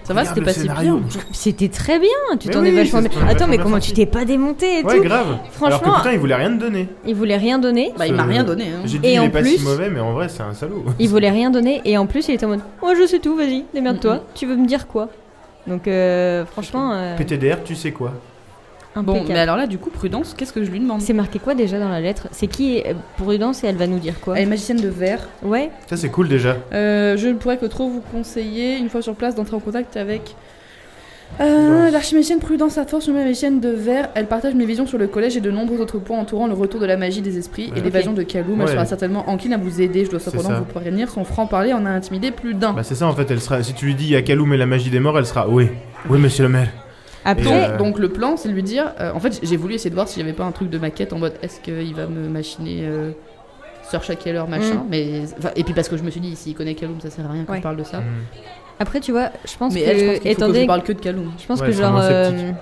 B: Ça va, Ah
D: Regarde
B: bah, c'était
D: le
B: pas si
D: scénario.
B: bien.
C: C'était très bien, tu
D: Mais
C: t'en
D: oui,
C: es vachement
D: c'est ce
C: bien.
D: qu'on avait
C: Attends, mais
D: fait
C: comment
D: bien
C: tu t'es pas démonté et
D: Ouais,
C: tout
B: euh,
D: grave. Alors que
C: Franchement,
D: putain, il voulait rien te donner.
C: il voulait rien donner.
B: Bah, il m'a rien donné. Hein.
D: J'ai dit
C: Et
D: il
C: en
D: est pas
C: plus-
D: si mauvais, mais en vrai, c'est un salaud.
B: Euh.
C: Il voulait rien donner et en plus il était en mode "Moi je sais tout, vas-y, démerde-toi. Tu veux me dire quoi Donc euh, franchement euh,
D: PTDR, tu sais quoi
B: Bon, mais
C: impeccable.
B: alors là, du coup, prudence, qu'est-ce que je lui demande
C: C'est marqué quoi déjà dans la lettre C'est qui est Prudence et elle va nous dire quoi
B: Elle est magicienne de verre.
C: Ouais,
D: Ça, c'est cool déjà.
B: Euh, je ne pourrais que trop vous conseiller, une fois sur place, d'entrer en contact avec. Euh,
D: Prudence.
B: L'archimagicienne Prudence à force, magicienne de verre, elle partage mes visions sur le collège et de nombreux autres points entourant le retour de la magie des esprits
D: Ouais.
B: et l'évasion de Kaloum. Elle
D: Ouais.
B: sera certainement encline à vous aider. Je dois cependant
D: ça.
B: vous prévenir, son franc-parler en a intimidé plus d'un.
D: Bah, c'est ça en fait, elle sera. Si tu lui dis il y a Kaloum et la magie des morts, elle sera ouais. Oui, monsieur le maire.
C: Après,
D: euh,
B: Donc le plan, c'est de lui dire. euh, en fait, j'ai voulu essayer de voir s'il n'y avait pas un truc de maquette en mode est-ce qu'il va me machiner euh, Sir Shackler machin.
C: Mm.
B: Mais enfin, et puis parce que je me suis dit s'il connaît Kaloum, ça sert à rien qu'on
C: Ouais.
B: parle de ça.
D: Hmm.
C: après, tu vois, je pense
B: Mais
C: que,
B: elle, je pense qu'il faut
C: étant
B: que je
C: donné
B: parle que de Kaloum.
C: Je pense
D: Ouais,
C: que genre.
D: vraiment
C: euh,
D: sceptique.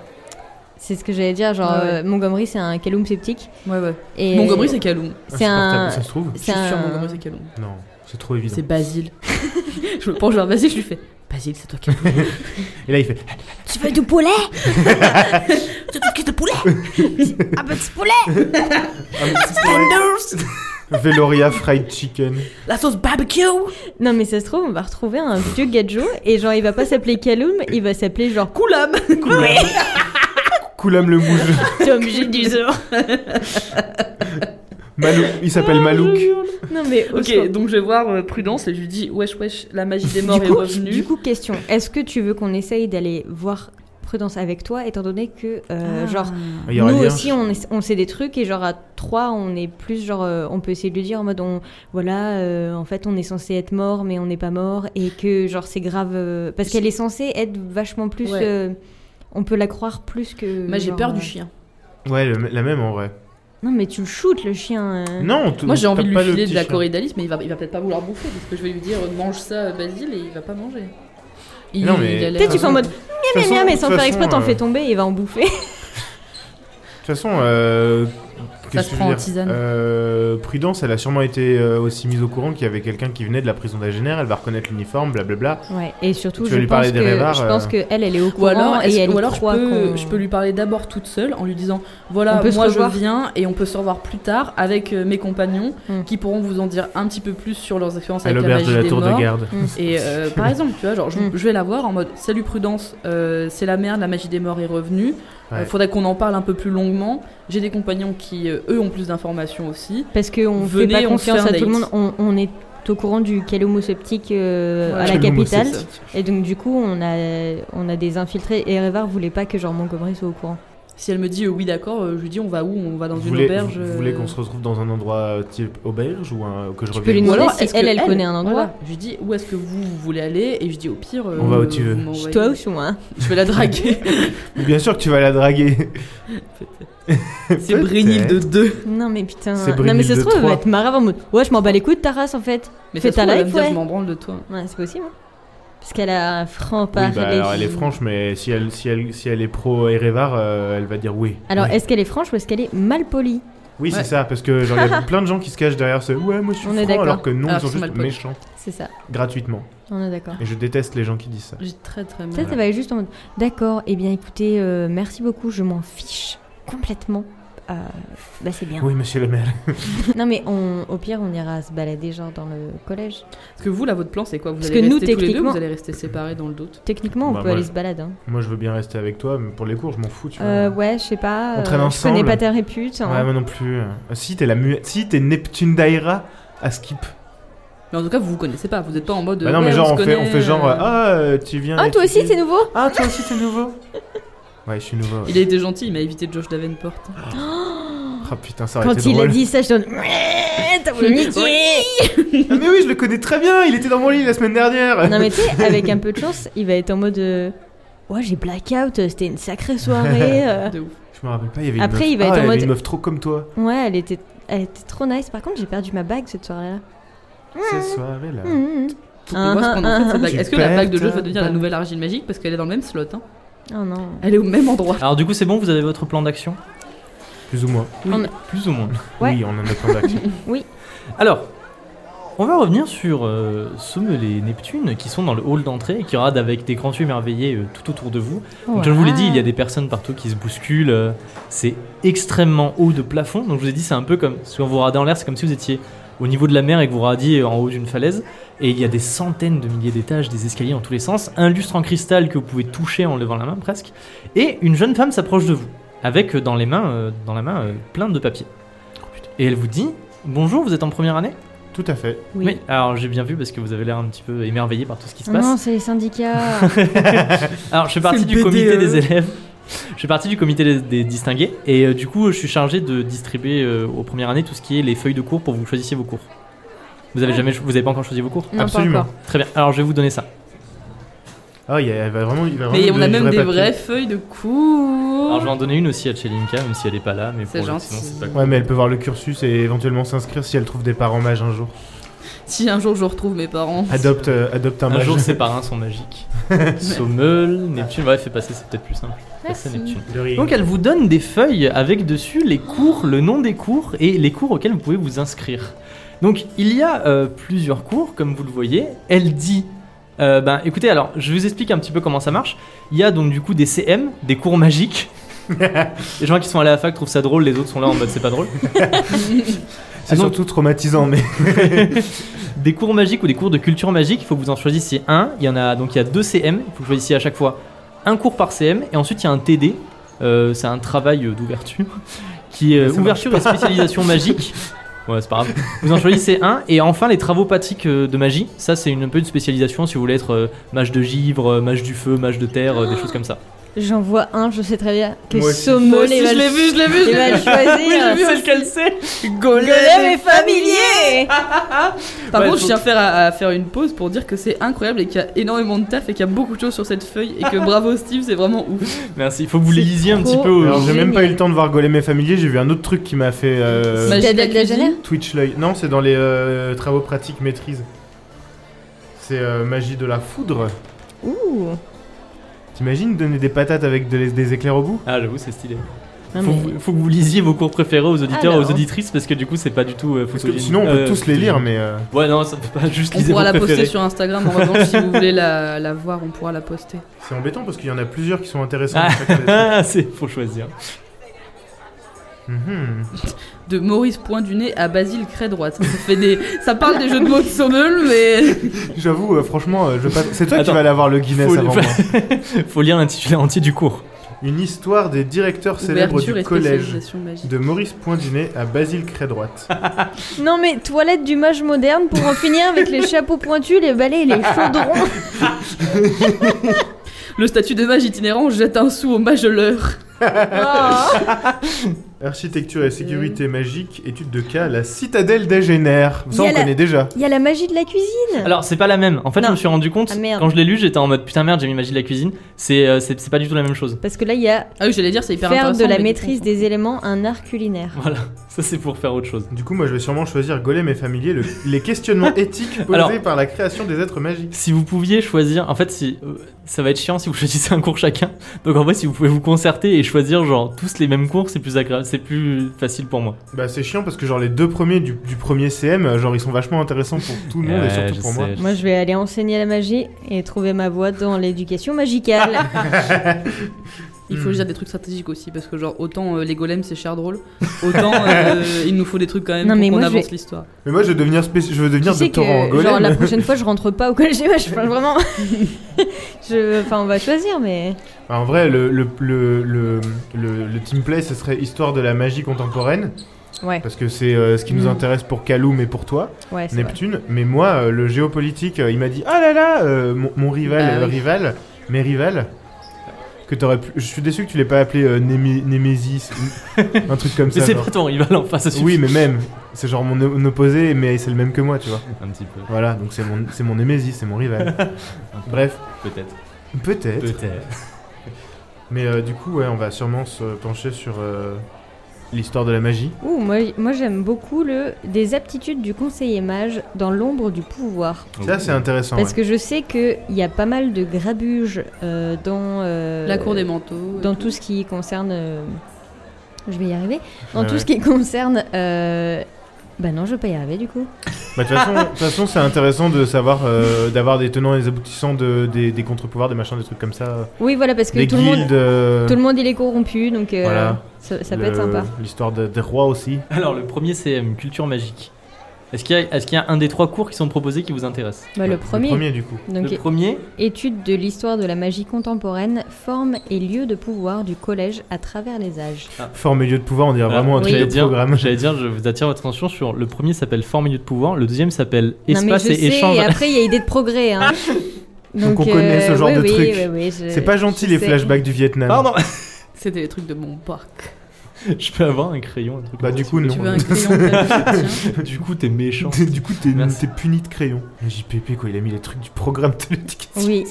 C: c'est ce que j'allais dire, genre
B: Ouais, ouais.
C: euh, Montgomery c'est un calum sceptique.
B: Ouais ouais.
C: Et
B: Montgomery c'est Kaloum.
D: Ah,
C: c'est un.
D: portable, Ça se trouve
B: Je suis
C: C'est
B: sûre,
C: un-
B: Montgomery c'est Kaloum.
D: Non, c'est trop évident.
B: C'est Basile. je me penche vers Basile, je lui fais Basile, c'est toi Kaloum.
D: Et là, il fait
F: Tu veux du poulet
B: c'est toi qui te poulet
F: Un petit poulet
D: Ah, Veloria Fried Chicken.
B: La sauce barbecue
C: Non mais ça se trouve, on va retrouver un vieux gadjo et genre il va pas s'appeler calum il va s'appeler genre Coulomb
D: Coulam le mouge.
C: Tom G du zoo.
D: Malou... Il s'appelle Malouk.
C: Non mais au secours.
B: Ok, donc je vais voir euh, Prudence et je lui dis Wesh, wesh, la magie des morts
C: du,
B: est
C: coup,
B: revenue.
C: du coup, question est-ce que tu veux qu'on essaye d'aller voir Prudence avec toi étant donné que
B: Ah.
C: euh, genre.
D: Il y aura
C: Nous
D: lien.
C: aussi, on, est- on sait des trucs et genre à trois, on est plus genre, euh, on peut essayer de lui dire en mode, on, voilà, euh, en fait, on est censé être mort, mais on n'est pas mort et que genre c'est grave euh, parce qu'elle est censée être vachement plus,
B: Ouais.
C: euh, on peut la croire plus que.
B: Moi j'ai
C: genre,
B: peur
C: euh,
B: du chien.
D: Ouais, le- la même en vrai.
C: Non, mais tu le shootes le chien. euh.
D: Non, t-
B: Hein. Moi j'ai
D: t'as
B: envie de
D: pas
B: lui
D: le
B: filer
D: petit
B: de la
D: chat.
B: corydalis, mais il va, il va peut-être pas vouloir bouffer parce que je vais lui dire mange ça euh, Basile et il va pas manger. Il,
D: Non, mais-
B: il a l'air-
C: Peut-être tu fais en mode,
D: De
C: mais,
D: toute façon-
C: mais sans
D: de toute
C: faire exprès,
D: façon,
C: t'en fais
D: euh,
C: tomber et il va en bouffer.
D: De toute façon, euh, qu'est-ce
B: se
D: que je
B: prend
D: veux
B: en
D: dire
B: tisane.
D: Euh, Prudence, elle a sûrement été euh, aussi mise au courant qu'il y avait quelqu'un qui venait de la prison d'Agenère, elle va reconnaître l'uniforme, blablabla.
C: Ouais, et surtout,
D: Tu
C: je
D: veux lui
C: pense,
D: parler
C: que,
D: des rêvards,
C: je
D: euh.
C: pense que elle, elle est au courant
B: Ou alors,
C: et
B: est-ce-
C: elle
B: ou
C: y
B: alors je,
C: croit
B: peux,
C: qu'on-
B: je peux lui parler d'abord toute seule en lui disant voilà,
C: On peut se
B: moi je
C: revoir.
B: viens et on peut se revoir plus tard avec euh, mes compagnons
C: Mm.
B: qui pourront vous en dire un petit peu plus sur leurs expériences
D: À
B: avec la
D: l'auberge
B: magie
D: de la
B: des
D: tour
B: morts.
D: de garde.
B: Et euh, par exemple, tu vois, genre, je,
C: Mm.
B: je vais la voir en mode Salut Prudence, euh, c'est la merde, la magie des morts est revenue. Euh,
D: Ouais.
B: faudrait qu'on en parle un peu plus longuement. J'ai des compagnons qui, euh, eux, ont plus d'informations aussi.
C: Parce qu'on fait
B: Venez,
C: pas
B: on
C: confiance
B: fait un
C: à tout le
B: date.
C: monde. On, on est au courant du calomoseptique euh,
B: Ouais.
C: à la capitale.
D: Calomoseptique.
C: Et donc, du coup, on a, on a des infiltrés. Et Revard voulait pas que genre Montgomery soit au courant.
B: Si elle me dit euh, oui, d'accord, euh, je lui dis on va où On va dans
D: Vous
B: une
D: voulez,
B: auberge.
D: vous
B: euh,
D: voulez qu'on se retrouve dans un endroit euh, type auberge ou un- que je
C: Tu peux lui
D: revienne
B: Ou
C: demander
B: alors,
C: si
B: est-ce
C: elle,
B: que
C: elle, connaît un endroit.
B: voilà. Je lui dis où est-ce que vous, vous voulez aller et je dis au pire. euh,
D: On va où tu veux.
B: vous m'envoyez-
C: Toi ou sur moi hein.
B: Je vais la draguer.
D: Bien sûr que tu vas la draguer.
B: c'est Brynil de 2.
C: Non, mais putain.
D: C'est
C: Non, mais ça se
D: Brynhilde
C: trouve, elle va
D: trois.
C: être marrant en mode Ouais, je m'en bats les couilles de ta race en fait.
B: Mais
C: Fais
B: ça se
C: ta
B: trouve, elle va
C: life,
B: me dire,
C: ouais.
B: je m'en branle de toi.
C: Ouais, c'est possible. hein. Parce qu'elle a un franc
D: Oui,
C: par
D: bah, alors elle est franche, mais si elle, si elle, si elle est pro Erevar, euh, elle va dire oui.
C: Alors,
D: oui,
C: est-ce qu'elle est franche ou est-ce qu'elle est mal polie
B: Ouais.
D: Oui, c'est ça, parce que genre, il y a plein de gens qui se cachent derrière ce ouais, moi je suis
C: On est
D: franc, alors
C: d'accord.
D: que non,
B: Alors
D: ils sont
B: qu'ils sont mal
D: juste
B: polis.
D: méchants
C: C'est ça,
D: gratuitement.
C: on est d'accord.
D: Et je déteste les gens qui disent ça.
B: J'ai très très mal.
C: Peut-être elle va être juste en mode D'accord, et bien écoutez, euh, merci beaucoup, je m'en fiche complètement. Euh, bah, c'est bien.
D: Oui, monsieur le maire.
C: Non, mais on, au pire, on ira se balader genre dans le collège.
B: Parce que vous, là, votre plan, c'est quoi Vous
C: Parce
B: allez
C: que nous,
B: rester tous les deux,
C: techniquement-
B: vous allez rester séparés dans le doute.
C: Techniquement, on
D: Bah,
C: peut
D: moi,
C: aller
D: je-
C: se balader. hein.
D: Moi, je veux bien rester avec toi, mais pour les cours, je m'en fous, tu vois.
C: Euh, ouais, je sais pas.
D: On
C: euh,
D: traîne
C: je connais
D: ensemble.
C: pas ta répute. hein.
D: Ouais, moi non plus. Euh, Si, t'es la muette. Si, t'es Neptune Daira à skip.
B: Mais en tout cas, vous vous connaissez pas. Vous êtes pas en mode. euh,
D: bah non,
B: ouais,
D: mais genre, on,
B: se
D: fait, on
B: connaît,
D: fait genre,
B: euh,
D: euh, ah, euh, tu viens.
C: Ah, toi aussi,
D: étudier.
C: t'es nouveau
D: Ah, toi aussi, t'es nouveau Ouais, je suis nouveau. ouais.
B: Il a été gentil, il m'a évité Josh Davenport.
D: Ah putain, ça aurait
C: Quand
D: été
C: il a
D: drôle.
C: dit ça, je donne. Ouais, T'as voulu me niquer
D: Ah, mais oui, je le connais très bien, il était dans mon lit la semaine dernière.
C: Non, mais tu sais, avec un peu de chance, il va être en mode. euh, Ouais, j'ai blackout, euh, c'était une sacrée soirée. euh.
B: De ouf.
D: Je me rappelle pas, il y avait une
C: Après,
D: meuf.
C: il va
D: Ah,
C: être en
D: elle avait
C: mode-
D: une meuf trop comme toi.
C: Ouais, elle était, elle était trop nice. Par contre, j'ai perdu ma bague cette soirée-là. Mm.
D: Cette soirée-là.
C: Mmh.
B: Faut qu'on voit ce
C: ah,
B: qu'on en fait de cette bague.
D: Tu
B: Est-ce que la
D: perds
B: bague de Josh
D: ta
B: va devenir la
D: bague.
B: nouvelle argile magique Parce qu'elle est dans le même slot. hein.
C: Oh non.
B: Elle est au même endroit.
A: Alors du coup c'est bon, vous avez votre plan d'action
D: Plus ou moins.
A: Plus ou moins.
C: Ouais.
D: Oui, on en a plein d'action.
A: Alors, on va revenir sur euh, Sommel et Neptune qui sont dans le hall d'entrée et qui radent avec des grands yeux émerveillés euh, tout autour de vous. Donc, je vous l'ai dit, il y a des personnes partout qui se bousculent. euh, c'est extrêmement haut de plafond. Donc je vous ai dit, c'est un peu comme si on vous radez en l'air, c'est comme si vous étiez au niveau de la mer et que vous radiez en haut d'une falaise. Et il y a des centaines de milliers d'étages, des escaliers en tous les sens, un lustre en cristal que vous pouvez toucher en levant la main presque. Et une jeune femme s'approche de vous, avec euh, dans, les mains, euh, dans la main euh, plein de papiers. Et elle vous dit, bonjour, vous êtes en première année
D: Tout à fait.
C: Oui.
A: oui, alors j'ai bien vu parce que vous avez l'air un petit peu émerveillé par tout ce qui se
C: Oh
A: passe.
C: non, c'est les syndicats.
A: Alors, je fais
B: C'est
A: partie
B: le E.
A: du comité
B: BDE.
A: des élèves. Je fais partie du comité des, des distingués et euh, du coup, je suis chargé de distribuer euh, aux premières années tout ce qui est les feuilles de cours pour que vous choisissiez vos cours. Vous avez jamais, cho- vous avez pas encore choisi vos cours
C: non, pas
D: Absolument.
C: encore.
A: Très bien. Alors, je vais vous donner ça.
D: Ah, il y a, il y a vraiment. il y vraiment
B: Mais
D: de-
B: on a
D: du
B: même
D: vrai
B: des
D: papier.
B: vraies feuilles de cours.
A: Alors je vais en donner une aussi à Chelinka, même si elle est pas là, mais
B: Oh. C'est
A: pour le-
B: gentil.
A: sinon c'est pas cool.
D: Ouais, mais elle peut voir le cursus et éventuellement s'inscrire si elle trouve des parents mages un jour.
B: Si un jour je retrouve mes parents.
D: Adopte, euh, adopte un,
A: Un
D: mage.
A: jour, ses parrains sont magiques. Sommel, Neptune, bref, fais passer, c'est peut-être plus simple. Passer
B: Merci.
A: Neptune.
D: De rien.
A: Donc elle vous donne des feuilles avec dessus les cours, le nom des cours et les cours auxquels vous pouvez vous inscrire. Donc il y a euh, plusieurs cours, comme vous le voyez. Elle dit, euh, ben écoutez, alors je vous explique un petit peu comment ça marche. Il y a donc du coup des CM, des cours magiques. les gens qui sont allés à la fac trouvent ça drôle, les autres sont là en mode c'est pas drôle.
D: C'est
A: Ah non.
D: surtout traumatisant, mais.
A: des cours magiques ou des cours de culture magique, il faut que vous en choisissiez un. Il y en a donc il y a deux CM, il faut que vous choisissiez à chaque fois un cours par CM et ensuite il y a un TD. euh, c'est un travail euh, d'ouverture qui est euh,
D: Ça
A: ouverture et spécialisation magique. Ouais, c'est pas grave. Vous en choisissez un et enfin les travaux pratiques euh, de magie. Ça c'est une un peu une spécialisation si vous voulez être euh, mage de givre, euh, mage du feu, mage de terre, euh, des choses comme ça.
C: J'en vois un, je sais très bien que
D: Moi aussi.
B: Moi
C: Sommel
B: aussi,
C: il va
B: je
C: le-
B: l'ai vu, je l'ai vu, je
C: il
B: l'ai
C: va
B: vu.
C: le
B: Oui, je l'ai vu
C: choisir.
B: aussi.
C: Golem est familier
B: Par
A: Ouais,
B: contre,
A: faut-
B: je tiens à faire, à, à faire une pause pour dire que c'est incroyable et qu'il y a énormément de taf et qu'il y a beaucoup de choses sur cette feuille et que bravo Steve, c'est vraiment ouf.
A: Merci. Il faut que vous les
C: C'est
A: lisiez un
C: trop
A: petit peu.
C: Oh,
D: Alors, j'ai même
C: génial.
D: pas eu le temps de voir Golem et Familier, j'ai vu un autre truc qui m'a fait. euh,
B: Magie
C: Citadelle
B: de la
C: de la
B: cuisine.
D: Twitch l'œil. Non, c'est dans les euh, travaux pratiques maîtrise. C'est euh, magie de la foudre.
C: Ouh
D: T'imagines donner des patates avec de- des éclairs au bout
A: Ah j'avoue c'est stylé.
D: Ah,
C: Non,
A: Faut,
C: mais-
A: vous- faut que vous lisiez vos cours préférés aux auditeurs,
C: Alors.
A: aux auditrices parce que du coup c'est pas du tout. euh,
D: Parce que
A: photogénique.
D: sinon, on peut
A: Euh,
D: tous les lire,
A: photogénique.
D: mais. euh,
A: Ouais, non, ça peut pas juste
B: On
A: lisez
B: pourra
A: vos
B: la poster
A: préférés.
B: sur Instagram en revanche si vous voulez la, la voir, on pourra la poster.
D: C'est embêtant parce qu'il y en a plusieurs qui sont intéressants.
A: Ah.
D: Chacun des trucs.
A: Ah, c'est faut choisir.
D: Mhm.
B: De Maurice Point du Nez à Basile Crédroite. Ça, fait des... ça parle des jeux de mots de Sommel, mais.
D: J'avoue, euh, franchement, euh, je veux pas- c'est toi qui
A: Attends.
D: vas l'avoir le Guinness
A: Faut-
D: avant hein. moi.
A: Faut lire l'intitulé entier du cours.
D: Une histoire des directeurs célèbres
B: Ouverture
D: du
B: et
D: collège.
B: spécialisation magique.
D: De Maurice Poindinet à Basile Crédroite.
C: Non mais toilette du mage moderne pour en finir avec les chapeaux pointus, les balais et les chaudrons.
B: Le statut de mage itinérant jette un sou au mageleur. Ah.
C: Oh.
D: Architecture et sécurité magique, étude de cas, la citadelle d'Agener. Ça,
C: Il y a
D: on
C: la-
D: connaît déjà.
C: Il y a la magie de la
B: Ah.
C: cuisine.
A: Alors, c'est pas la même. En fait,
C: Non.
A: je me suis rendu compte
C: Ah, merde.
A: quand je l'ai lu, j'étais en mode putain merde, j'ai mis magie de la cuisine. C'est euh, c'est c'est pas du tout la même chose.
C: Parce que là il y a
B: Ah oui, j'allais dire, c'est hyper
C: faire
B: intéressant.
C: de la
B: mais
C: maîtrise
B: du coup,
C: des éléments un art culinaire.
A: Voilà, ça c'est pour faire autre chose.
D: Du coup, moi, je vais sûrement choisir Golem et Familier, le- les questionnements éthiques posés
A: Alors-
D: par la création des êtres magiques.
A: Si vous pouviez choisir, en fait, si euh, ça va être chiant si vous choisissez un cours chacun. Donc en vrai, si vous pouvez vous concerter et choisir genre tous les mêmes cours, c'est plus agréable, c'est plus facile pour moi.
D: Bah, c'est chiant parce que, genre, les deux premiers du, du premier CM, euh, genre, ils sont vachement intéressants pour tout le monde et
A: Ouais,
D: surtout
A: je
D: pour
A: sais,
D: moi.
A: je
C: Moi
A: sais.
C: je vais aller enseigner la magie et trouver ma voie dans l'éducation magicale.
B: Il faut
D: Hmm.
B: dire des trucs stratégiques aussi, parce que, genre, autant euh, les golems c'est cher drôle, autant euh, il nous faut des trucs quand même
C: Non,
B: pour
C: mais
B: qu'on
C: moi, je
B: avance
C: vais-
B: l'histoire.
D: Mais moi, je veux devenir, spéci- je veux
C: tu
D: devenir
C: sais que
D: doctorant en Golem.
C: genre la prochaine fois je rentre pas au collège des mages, enfin, vraiment. je... Enfin on va choisir mais...
D: Bah, en vrai, le, le, le, le, le, le teamplay, ce serait histoire de la magie contemporaine.
C: Ouais.
D: Parce que c'est euh, ce qui nous
C: Mm.
D: intéresse pour Kaloum et pour toi,
C: Ouais c'est vrai.
D: Neptune. Mais moi, euh, le géopolitique, euh, il m'a dit Ah là là, euh, mon, mon rival,
B: Bah
D: euh,
B: oui.
D: rival, mes rivales. Que t'aurais pu... Je suis déçu que tu l'aies pas appelé euh, Némé- Némésis, ou un truc comme
A: Mais
D: ça.
A: c'est
D: genre.
A: pas ton rival en face. ça suffit.
D: Oui, mais même. C'est genre mon, o- mon opposé, mais c'est le même que moi, tu vois.
A: un petit peu,
D: Voilà, donc c'est mon, c'est mon Némésis, c'est mon rival. Bref,
A: peut-être,
D: peut-être.
A: peut-être.
D: Mais euh, du coup, ouais, on va sûrement se pencher sur euh, l'histoire de la magie.
C: Ouh, moi, moi j'aime beaucoup le des aptitudes du conseiller mage dans l'ombre du pouvoir.
D: Ça,
A: Oh.
D: c'est intéressant.
C: Parce
D: Ah ouais.
C: que je sais qu'il y a pas mal de grabuge euh, dans. euh,
B: La cour des manteaux. et
C: Dans tout ce qui concerne. euh, je vais y arriver. Dans
D: Ouais,
C: tout
D: ouais.
C: ce qui concerne. euh, bah non, je vais pas y arriver du coup.
D: Bah, De toute façon- de toute façon, c'est intéressant de savoir, euh, d'avoir des tenants et des aboutissants, de, des, des contre-pouvoirs, des machins, des trucs comme ça.
C: Oui, voilà, parce que
D: Des
C: tout le, monde,
D: guildes. euh,
C: tout le monde il est corrompu, donc euh,
D: Voilà.
C: ça, ça
D: le-
C: peut être sympa.
D: L'histoire de- des rois aussi.
A: Alors le premier CM, culture magique. Est-ce qu'il y, est qu'il y a un des trois cours qui sont proposés qui vous intéresse
C: Bah, le
D: Ouais,
C: premier.
D: du coup.
C: Donc,
A: Le premier,
C: étude de l'histoire de la magie contemporaine, forme et lieu de pouvoir du collège à travers les âges.
D: Fort milieu de pouvoir, on dirait vraiment un
A: Alors,
D: truc
A: Ah, j'allais
D: de
A: dire-
D: programme.
A: J'allais dire, je vous attire votre attention sur le premier s'appelle Fort milieu de pouvoir, le deuxième s'appelle Espace
C: non, mais je
A: et
C: sais,
A: échange.
C: Et après, il y a idée de progrès. Hein.
D: Ah.
C: euh,
D: Donc, on connaît ce genre
C: oui,
D: de
C: oui,
D: truc.
C: oui, oui, je-
D: C'est pas gentil
C: je
D: les
C: sais.
D: flashbacks du Vietnam.
A: Pardon
B: tout. C'était les trucs de mon parc.
A: Je peux avoir un crayon, un truc
D: Bah
A: comme
D: du
A: ça,
D: coup
A: si
D: non.
B: Tu veux un crayon Fred, je te tiens.
A: Du coup, t'es méchant.
D: du coup t'es
A: Merci.
D: t'es puni de crayon. Le JPP quoi, il a mis les trucs du programme de l'éducation.
C: Oui.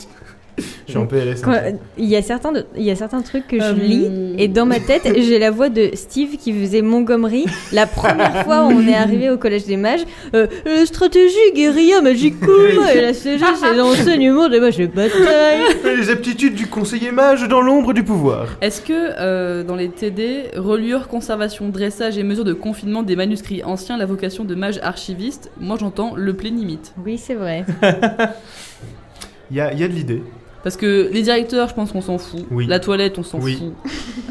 D: Je suis en PLS.
C: Quand- Il y, a certains de- il y a certains trucs que
B: Euh,
C: je lis et dans ma tête, j'ai la voix de Steve qui faisait Montgomery la première fois où on est arrivé au Collège des Mages. Euh, La stratégie guérilla magique cool et la CG, c'est l'enseignement des mages de bataille.
D: Les aptitudes du conseiller mage dans l'ombre du pouvoir.
B: Est-ce que euh, dans les TD, reliure, conservation, dressage et mesure de confinement des manuscrits anciens, la vocation de mage archiviste, moi j'entends le plénimite.
C: Oui, c'est vrai.
D: Il y a, il y a de l'idée.
B: Parce que les directeurs, je pense qu'on s'en fout.
D: Oui.
B: La toilette, on s'en
D: Oui.
B: fout.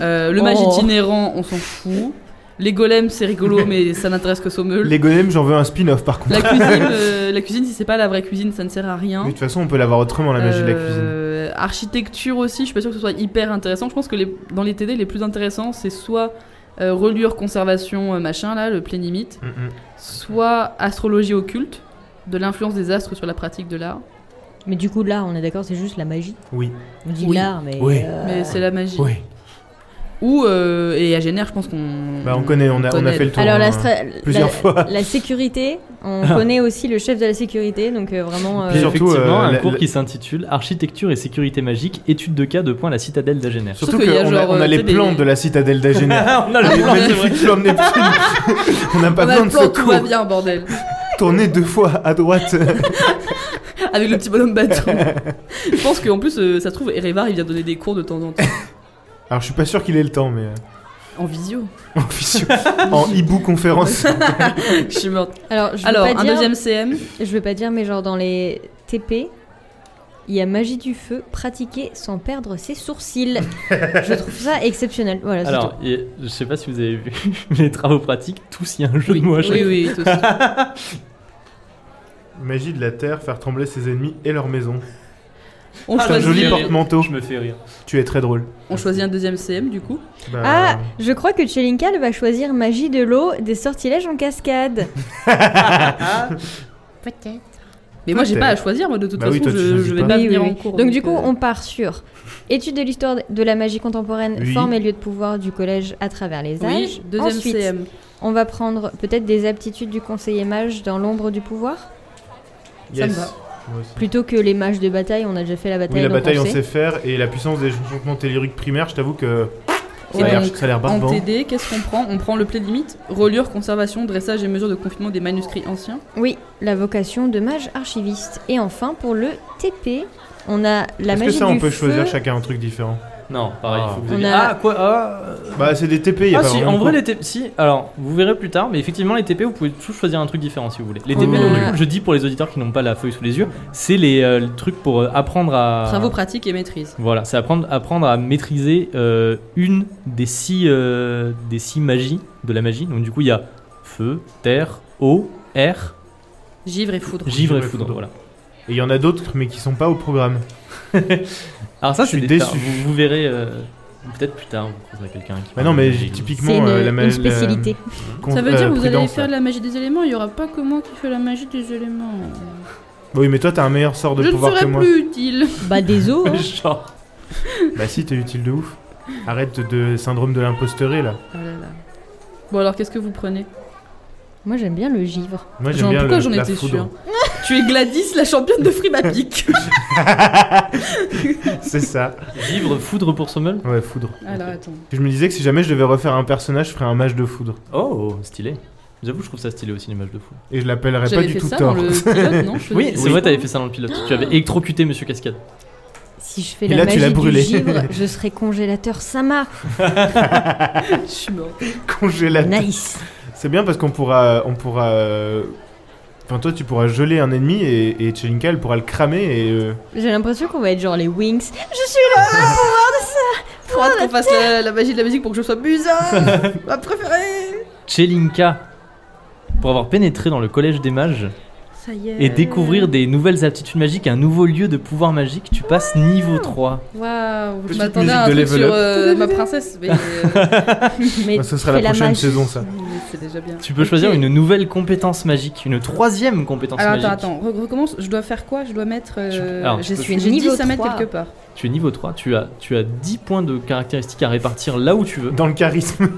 B: Euh, le mage
C: Oh.
B: itinérant, on s'en fout. Les golems, c'est rigolo, mais ça n'intéresse que Sommel.
D: Les golems, j'en veux un spin-off par contre.
B: La cuisine, euh, la cuisine, si c'est pas la vraie cuisine, ça ne sert à rien.
D: Mais de toute façon, on peut l'avoir autrement la magie de la cuisine.
B: Euh, Architecture aussi, je suis pas sûre que ce soit hyper intéressant. Je pense que les, dans les TD, les plus intéressants, c'est soit euh, reliure, conservation, euh, machin, là, le plénimite,
D: Mm, mm.
B: soit astrologie occulte, de l'influence des astres sur la pratique de l'art.
C: Mais du coup, l'art, on est d'accord, c'est juste la magie.
D: Oui.
C: On dit
B: Oui.
C: l'art, mais.
D: Oui.
C: euh,
B: Mais c'est la magie.
D: Oui.
B: Ou, euh, et à Génère, je pense qu'on.
D: Bah, on connaît, on a, on a
B: connaît.
D: fait le tour.
C: Alors,
D: hein,
C: la, stra-
D: Plusieurs
C: la-
D: fois. Ah.
C: la sécurité, on connaît aussi le chef de la sécurité, donc euh, vraiment. euh,
D: Puis surtout,
A: effectivement,
D: euh,
A: un
D: la-
A: cours
D: la-
A: qui s'intitule Architecture et sécurité magique, étude de cas de point à la citadelle d'Agener.
D: Surtout
B: Sauf qu'il y a
D: qu'on a,
B: genre,
D: on a
B: euh,
D: les
B: tu sais,
D: plans
B: des-
D: de la citadelle d'Agener.
C: Ah,
A: on a
D: Les
B: plan, c'est vrai.
D: magnifiques plans de Neptune. on n'a pas
B: On a
D: besoin
B: le
D: de
B: plan,
D: ce
B: tout va
D: cours.
B: bien, bordel.
D: Tournez deux fois à droite.
B: Avec le petit bonhomme bateau. je pense qu'en plus, euh, ça se trouve, Erevar, il vient donner des cours de temps en temps.
D: Alors, je suis pas sûr qu'il ait le temps, mais euh,
B: En visio.
D: en visio, en hibou conférence.
B: Je suis morte.
C: Alors, je veux
B: Alors,
C: pas
B: un
C: dire-
B: deuxième CM.
C: Je veux pas dire, mais genre dans les TP, il y a magie du feu pratiquée sans perdre ses sourcils. je trouve ça exceptionnel. Voilà, c'est
A: Alors, et- je sais pas si vous avez vu les travaux pratiques, tous il y a un jeu de mots à chaque
B: oui, oui, tout ça.
D: Magie de la terre, faire trembler ses ennemis et leur maison.
B: On
A: Ah,
D: C'est un
A: vas-y.
D: joli
A: Euh,
D: porte-manteau.
A: Je me fais rire.
D: Tu es très drôle.
B: On choisit un deuxième CM du coup.
D: Bah,
C: Ah, je crois que Chelinkal va choisir magie de l'eau, des sortilèges en cascade.
F: Peut-être.
B: Mais moi j'ai
D: Peut-être.
B: pas à choisir, moi de toute
D: Ah, Bah
B: façon
D: oui, toi, tu
B: je,
D: choisis
B: je vais
D: pas.
B: pas
C: Oui,
B: venir
C: oui,
B: en
C: oui.
B: cours.
C: Donc du coup,
B: euh,
C: on part sur étude de l'histoire de la magie contemporaine,
D: Oui.
C: forme et lieu de pouvoir du collège à travers les âges.
B: oui, deuxième
C: Ensuite,
B: CM.
C: on va prendre peut-être des aptitudes du conseiller mage dans l'ombre du pouvoir,
D: yes.
B: ça me va.
D: Moi aussi.
C: plutôt que les mages de bataille. On a déjà fait la bataille.
D: Oui, la
C: donc
D: bataille, on
C: sait.
D: sait faire. Et la puissance des changements telluriques primaires, je t'avoue que ça
B: Et
D: a l'air-
B: donc,
D: ça a l'air
B: En
D: barbant.
B: TD, qu'est-ce qu'on prend On prend le play limite, reliure, conservation, dressage et mesure de confinement des manuscrits anciens.
C: Oui, la vocation de mage archiviste. Et enfin, pour le TP, on a la
D: Est-ce
C: magie
D: que ça,
C: du
D: on peut
C: feu.
D: choisir chacun un truc différent
A: Non, pareil, il faut que vous
C: On
A: ayez-
C: a-
A: Ah, quoi Ah, euh,
D: Bah, c'est des TP, il y a
A: ah
D: pas
A: si,
D: vraiment
A: en
D: de
A: vrai,
D: cours.
A: les TP. Si, alors, vous verrez plus tard, mais effectivement, les TP, vous pouvez tous choisir un truc différent si vous voulez. Les TP,
D: Oh.
A: donc, du coup, je dis pour les auditeurs qui n'ont pas la feuille sous les yeux, c'est les, euh, les trucs pour euh, apprendre
D: Ah.
A: à.
B: Travaux pratiques et maîtrise.
A: Voilà, c'est apprendre, apprendre à maîtriser euh, une des six, euh, des six magies de la magie. Donc du coup, il y a feu, terre, eau, air,
B: Givre et foudre.
A: givre et
D: Givre et
A: foudre.
D: foudre.
A: Voilà.
D: Et il y en a d'autres, mais qui sont pas au programme.
A: Alors ça,
D: Je
A: c'est
D: suis
A: des-
D: déçu.
A: Vous, vous verrez euh, peut-être plus tard. Vous croiserez quelqu'un qui.
D: Bah
A: parle
D: non,
A: de
D: mais
A: magie.
D: typiquement,
C: C'est une,
D: euh, la ma-
C: une
D: la-
C: spécialité.
D: con-
B: Ça veut dire
D: euh,
B: que vous allez
D: prudence,
B: faire
D: ouais.
B: de la magie des éléments, il y aura pas comment qui fait la magie des éléments.
D: Bah Oui, mais toi, t'as un meilleur sort de
B: je ne
D: pouvoir que
B: serai
D: moi.
B: plus utile.
C: Bah des os. hein.
A: Genre.
D: Bah si, t'es utile de ouf. Arrête de syndrome de l'imposteré là.
B: Oh là là. Bon alors qu'est-ce que vous prenez
C: Moi j'aime bien le givre.
D: Moi j'aime
B: Genre,
D: bien
B: Pourquoi
D: le-
B: j'en
D: la
B: étais sûre
D: foudre.
B: Tu es Gladys, la championne de Frimapic.
D: C'est ça.
A: Givre, foudre pour Sommel.
D: Ouais, foudre.
B: alors attends.
D: Je me disais que si jamais je devais refaire un personnage, je ferais un mage de foudre.
A: Oh, stylé. J'avoue, je trouve ça stylé aussi les mages de foudre.
D: Et je l'appellerais pas
B: J'avais
D: du
B: fait
D: tout
B: ça
D: tort.
B: dans le pilote, non Je
A: Oui,
B: faisais-
A: c'est vrai, t'avais fait ça dans le pilote. tu avais électrocuté Monsieur Cascade.
C: Si je fais
D: Et
C: la
D: là, tu
C: magie
D: l'as brûlé.
C: du givre, je serai congélateur Sama.
B: Je suis mort.
D: Congélateur.
C: Nice.
D: C'est bien parce qu'on pourra, on pourra. euh, Enfin, toi, tu pourras geler un ennemi et, et Tchelinka, elle pourra le cramer et. euh,
C: J'ai l'impression qu'on va être genre les Wings.
B: Faudra qu'on fasse la, la magie de la musique pour que je sois musa Ma préférée
A: Chelinka, pour avoir pénétré dans le collège des mages.
B: Ça y est
A: et découvrir des nouvelles aptitudes magiques, un nouveau lieu de pouvoir magique, tu passes niveau 3.
B: Waouh Je
D: Petite
B: m'attendais
D: musique
B: à un
D: de
B: truc
D: level
B: sur
D: up.
B: euh, ma princesse, mais, euh,
C: Mais
D: bah, ce sera la
C: fais
D: prochaine
C: magie.
D: saison, ça.
B: mais c'est déjà bien.
A: Tu peux choisir
B: Ok.
A: une nouvelle compétence magique, une troisième compétence
B: Alors
A: magique.
B: attends, attends, re- recommence, je dois faire quoi Je dois mettre... euh,
A: Tu- alors, tu
B: je
A: peux-
B: suis j'ai
C: Niveau
B: 10 à mettre
C: 3.
B: quelque part.
A: Tu es niveau 3, tu as, tu as 10 points de caractéristiques à répartir là où tu veux.
D: Dans le charisme.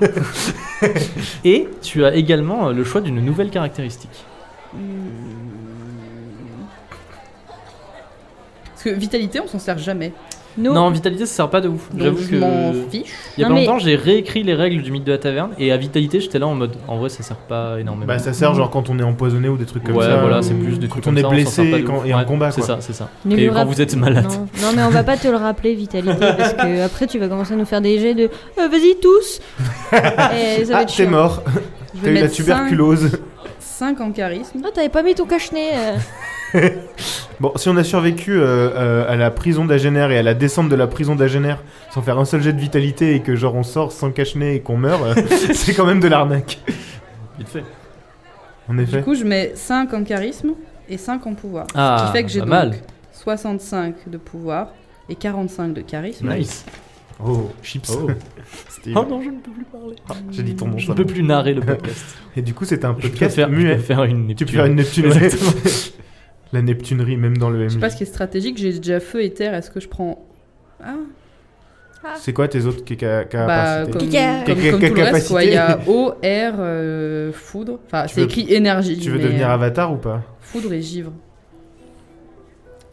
A: Et tu as également euh, le choix d'une nouvelle
B: Hmm.
A: caractéristique.
B: Parce que vitalité, on s'en sert jamais.
C: Nous,
A: Non, vitalité, ça sert pas de ouf.
B: Donc
A: J'avoue
B: je
A: que.
B: m'en fiche.
A: Il y a
C: Non,
A: pas
C: mais-
A: longtemps, j'ai réécrit les règles du mythe de la taverne et à vitalité, j'étais là en mode en vrai, ça sert pas énormément.
D: Bah ça sert genre quand on est empoisonné ou des trucs comme
A: ouais,
D: ça.
A: voilà,
D: ou
A: c'est plus des
D: Quand
A: trucs
D: on
A: comme
D: est
A: ça, s'en
D: blessé
A: sert pas
D: et
A: de
D: quand-
A: ouf.
D: et en
A: Ouais,
D: combat,
A: C'est
D: quoi.
A: ça, c'est ça.
C: ne
A: Et
C: lui
A: quand
C: rap-
A: vous êtes malade.
C: Non. non, mais on va pas te le rappeler, Vitalité, parce que après tu vas commencer à nous faire des jets de euh, vas-y tous Et ça va
D: Ah,
C: être
D: t'es
C: chiant.
D: mort,
B: Je
D: t'as
B: vais
D: eu la
B: mettre 5,
D: tuberculose.
B: en charisme.
C: Ah, t'avais pas mis ton cache-nez euh.
D: Bon, si on a survécu euh, euh, à la prison d'Agener et à la descente de la prison d'Agener sans faire un seul jet de vitalité et que genre on sort sans cache-nez et qu'on meurt, euh, c'est quand même de l'arnaque.
A: Vite fait.
D: En
B: Du
D: effet.
B: coup, je mets 5 en charisme et 5 en pouvoir. Ce
A: Ah,
B: qui fait que j'ai
A: pas
B: donc
A: mal.
B: 65 de pouvoir et 45 de charisme.
A: Nice.
D: Oh, chips.
A: Oh.
D: Steve.
A: Oh non, je ne peux plus parler.
D: Ah, J'ai dit ton nom.
A: Je
D: ça
A: ne peux
D: va.
A: plus narrer le podcast.
D: Et du coup, c'était un
A: je peux
D: podcast
A: faire, je
D: muet.
A: peux faire une
D: Tu peux faire une neptunerie. la neptunerie, même dans le
B: Je sais
D: MJ.
B: pas ce qui est stratégique, j'ai déjà feu et terre, est-ce que je prends... Ah,
D: Ah. C'est quoi tes autres ca- ca-
B: bah,
D: capacités
B: comme,
F: Kika.
B: comme-
D: Kika,
B: comme tout le reste, quoi. Il y a
D: Ah, capacité.
B: eau, air, euh, foudre. Enfin,
D: Tu
B: c'est
D: veux-
B: écrit énergie.
D: Tu veux
B: mais,
D: devenir
B: euh,
D: avatar ou pas
B: Foudre et givre.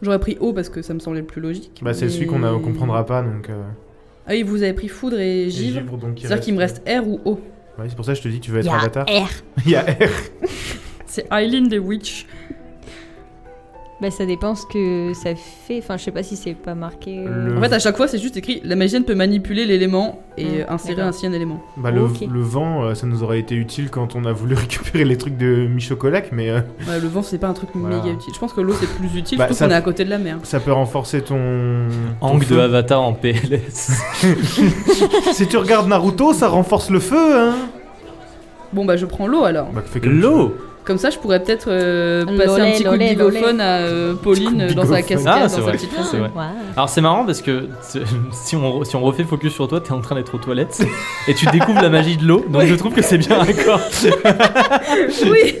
B: J'aurais pris eau parce que ça me semblait le plus logique.
D: Bah, c'est
B: mais-
D: celui qu'on a- qu'on comprendra pas donc. euh,
B: Ah oui, vous avez pris foudre et
D: et
B: givre.
D: givre, donc, il
B: C'est-à-dire qu'il me reste air ou eau.
D: Ouais, c'est pour ça que je te dis, tu veux être
F: Y'a
D: avatar.
F: R.
D: Il y a R.
B: C'est Eileen des Witch.
C: Bah, ça dépend ce que ça fait. Enfin, je sais pas si c'est pas marqué. euh.
D: Le-
B: En fait, à chaque fois, c'est juste écrit la magienne peut manipuler l'élément et
C: Mm,
B: euh, insérer
C: d'accord.
B: ainsi un élément.
D: Bah, le,
C: Ok.
D: le vent, euh, ça nous aurait été utile quand on a voulu récupérer les trucs de Michocolac, mais euh,
B: Ouais, le vent, c'est pas un truc
D: Voilà.
B: méga utile. Je pense que l'eau, c'est plus utile,
D: Bah,
B: surtout
D: ça-
B: qu'on est à côté de la mer.
D: ça peut renforcer ton. ton
A: Angle de
D: feu.
A: Avatar en PLS.
D: Si tu regardes Naruto, ça renforce le feu, hein
B: Bon, bah, je prends l'eau alors.
D: Bah, fais comme tu
A: L'eau
B: Comme ça, je pourrais peut-être euh, passer un
C: Lolé,
B: petit coup de
C: lolé,
B: bigophone à euh, Pauline
D: Petit coup de
B: dans sa
D: bigophone.
B: casquette,
A: Ah,
B: dans
A: c'est
B: sa
A: vrai.
B: petite
A: C'est vrai.
C: Waouh.
A: Alors c'est marrant parce que t- si on, re- si on refait focus sur toi, t'es en train d'être aux toilettes et tu découvres la magie de l'eau, donc je trouve que c'est bien raccord.
B: Oui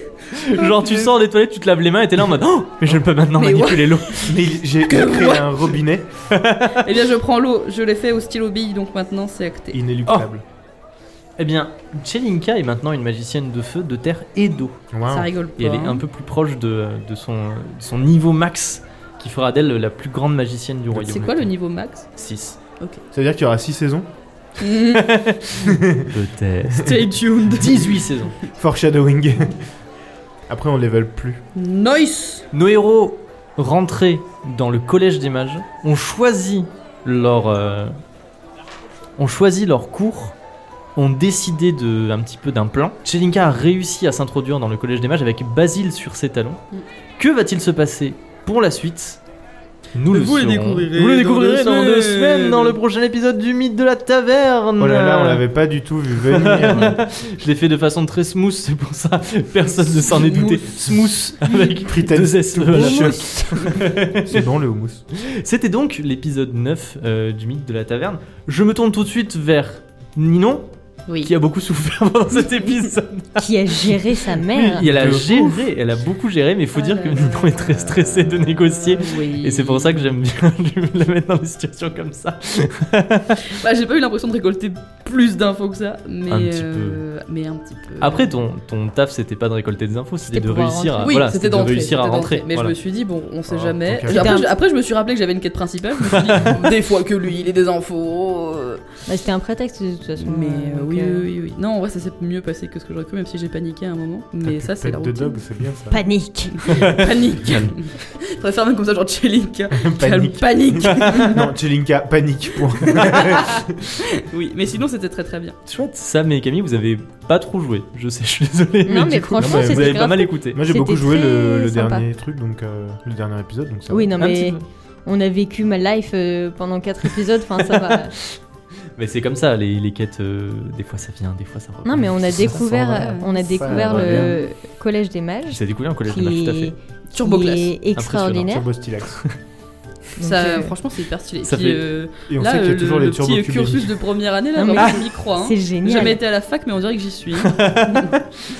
A: Genre tu sors des toilettes, tu te laves les mains et t'es là en mode oh, mais je ne peux maintenant
B: Mais
A: manipuler l'eau.
D: veux. Mais il- j'ai créé un robinet
B: Eh bien, je prends l'eau, je l'ai fait au stylo bille, donc maintenant, c'est acté.
D: inéluctable.
A: Eh bien, Chelinka est maintenant une magicienne de feu, de terre et d'eau.
D: Waouh.
B: Ça rigole pas.
A: Et elle est
B: hein.
A: un peu plus proche de, de son, de son niveau max qui fera d'elle la plus grande magicienne du royaume.
B: C'est quoi le niveau max
A: 6.
D: Ça veut dire qu'il y aura 6 saisons
B: Mm.
A: Peut-être.
B: Stay tuned
A: 18 saisons.
D: Foreshadowing. Après, on level plus.
B: Nice
A: Nos héros rentrés dans le collège des mages ont choisi leur, euh, ont choisi leur cours, ont décidé de, un petit peu d'un plan. Chelinka a réussi à s'introduire dans le collège des mages avec Basile sur ses talons.
B: Mm.
A: Que va-t-il se passer pour la suite nous
E: Vous le
A: saurons.
E: découvrirez
A: Vous le
E: dans
A: découvrirez
E: deux
A: dans deux
E: semaines.
A: semaines dans le prochain épisode du mythe de la taverne.
D: Oh là là, on
A: Euh,
D: l'avait pas du tout vu venir.
A: Je l'ai fait de façon très smooth, c'est pour ça personne ne s'en est douté. Smooth avec
D: Pretend
A: deux S. le voilà.
D: C'est bon le houmous.
A: C'était donc l'épisode 9 euh, du mythe de la taverne. Je me tourne tout de suite vers Ninon,
B: Oui.
A: qui a beaucoup souffert pendant cet épisode.
C: Qui a géré sa mère
A: elle a
D: de
A: géré, elle a beaucoup géré, mais il faut
B: Ah
A: dire
B: là
A: que
B: là
A: Ninon
B: là
A: est très
B: là
A: stressée de négocier.
B: Oui.
A: Et c'est pour ça que j'aime bien la mettre dans des situations comme ça.
B: Bah, j'ai pas eu l'impression de récolter plus d'infos que ça, mais
A: Un petit
B: euh, mais un petit peu.
A: Après, ton, ton taf, c'était pas de récolter des infos, c'était
C: C'était
A: de
C: pouvoir
A: réussir à,
C: rentrer.
B: oui,
A: voilà,
B: c'était
A: c'était de
B: d'entrer,
A: réussir à
B: c'était
A: rentrer.
B: d'entrer. Mais
A: voilà.
B: je me suis dit bon, on sait
D: Ah,
B: jamais.
D: tant
B: Après
D: qu'à
C: faire.
B: je, après, je me suis rappelé que j'avais une quête principale. Je me suis dit, des fois que lui, il est des infos. euh,
C: Bah, C'était un prétexte de toute façon.
B: Mais
C: euh,
B: euh,
C: donc,
B: oui,
C: euh,
B: oui, oui, oui. Non, en vrai, ça s'est mieux passé que ce que j'aurais cru, même si j'ai paniqué à un moment.
D: T'as
B: Mais
D: plus
B: ça,
D: de
B: c'est la
D: tête de
B: routine.
D: dog, c'est bien ça.
C: Panique
B: Panique. Faudrait faire même comme ça, genre chilling. Calme,
D: Panique.
B: panique.
D: non, Chelinka, panique. point.
B: oui, mais sinon, c'était très très bien.
A: Chouette, Sam et Camille, vous avez pas trop joué. Je sais, je suis désolé.
C: Non, mais
A: du coup,
C: franchement,
D: non, mais
A: vous
C: c'était
A: avez pas
C: grave
A: mal
C: cool.
A: écouté.
D: Moi j'ai
C: C'était
D: beaucoup joué le,
C: très
D: le
C: sympa.
D: dernier truc, donc euh, le dernier épisode, donc ça. va.
C: Oui, non,
A: Un petit
C: mais
A: peu.
C: on a vécu ma life euh, pendant 4 épisodes, enfin ça va.
A: Mais c'est comme ça, les, les quêtes, euh, des fois ça vient, des fois ça revient.
C: Non, mais on
D: Ça,
C: a
D: ça
C: découvert,
D: va.
C: euh, on a
D: Ça
C: découvert
D: va
C: le Collège des Mages,
A: J'ai découvert en collège de maths,
C: qui
A: tout à fait.
C: est,
B: Turbo
C: qui
B: classe.
C: est extraordinaire.
D: Turbo Stylax.
C: Donc,
B: Ça,
C: euh,
B: Franchement, c'est hyper stylé.
A: Ça
B: Puis,
A: fait-
B: euh,
D: Et on
B: là,
D: sait qu'il y
B: euh,
D: a toujours
B: le,
D: les
B: le
D: Turbo
B: petit
D: Cubes.
B: cursus de première année, là,
C: Non,
B: vraiment,
C: mais-
B: on y croit. hein.
C: c'est
B: J'ai
C: génial.
B: jamais été à la fac, mais on dirait que j'y suis.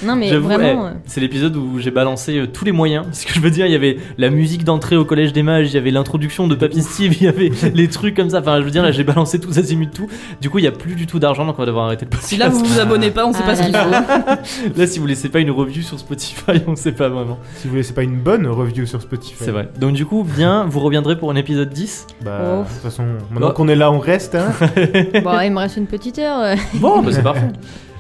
C: Non, mais
A: J'avoue,
C: vraiment.
A: eh,
C: euh,
A: c'est l'épisode où j'ai balancé euh, tous les moyens. Parce que je veux dire, il y avait la musique d'entrée au collège des mages, il y avait l'introduction de Papy Steve, il y avait les trucs comme ça. Enfin, je veux dire, là, j'ai balancé tous azimuts tout. Du coup, il y a plus du tout d'argent, donc on va devoir arrêter le podcast.
B: si là, vous vous abonnez pas, on sait
C: Ah
B: pas ce
C: là
B: qu'il
C: là.
B: faut.
A: Là, si vous laissez pas une review sur Spotify, on sait pas vraiment.
D: Si vous voulez, c'est pas une bonne review sur Spotify.
A: C'est vrai. Donc, du coup, bien, vous reviendrez pour une épisode 10
D: Bah,
C: Oh.
D: de toute façon, maintenant
A: Oh.
D: qu'on est là, on reste. hein.
C: Bon, il me reste une petite heure.
A: Bon, bah, c'est parfait.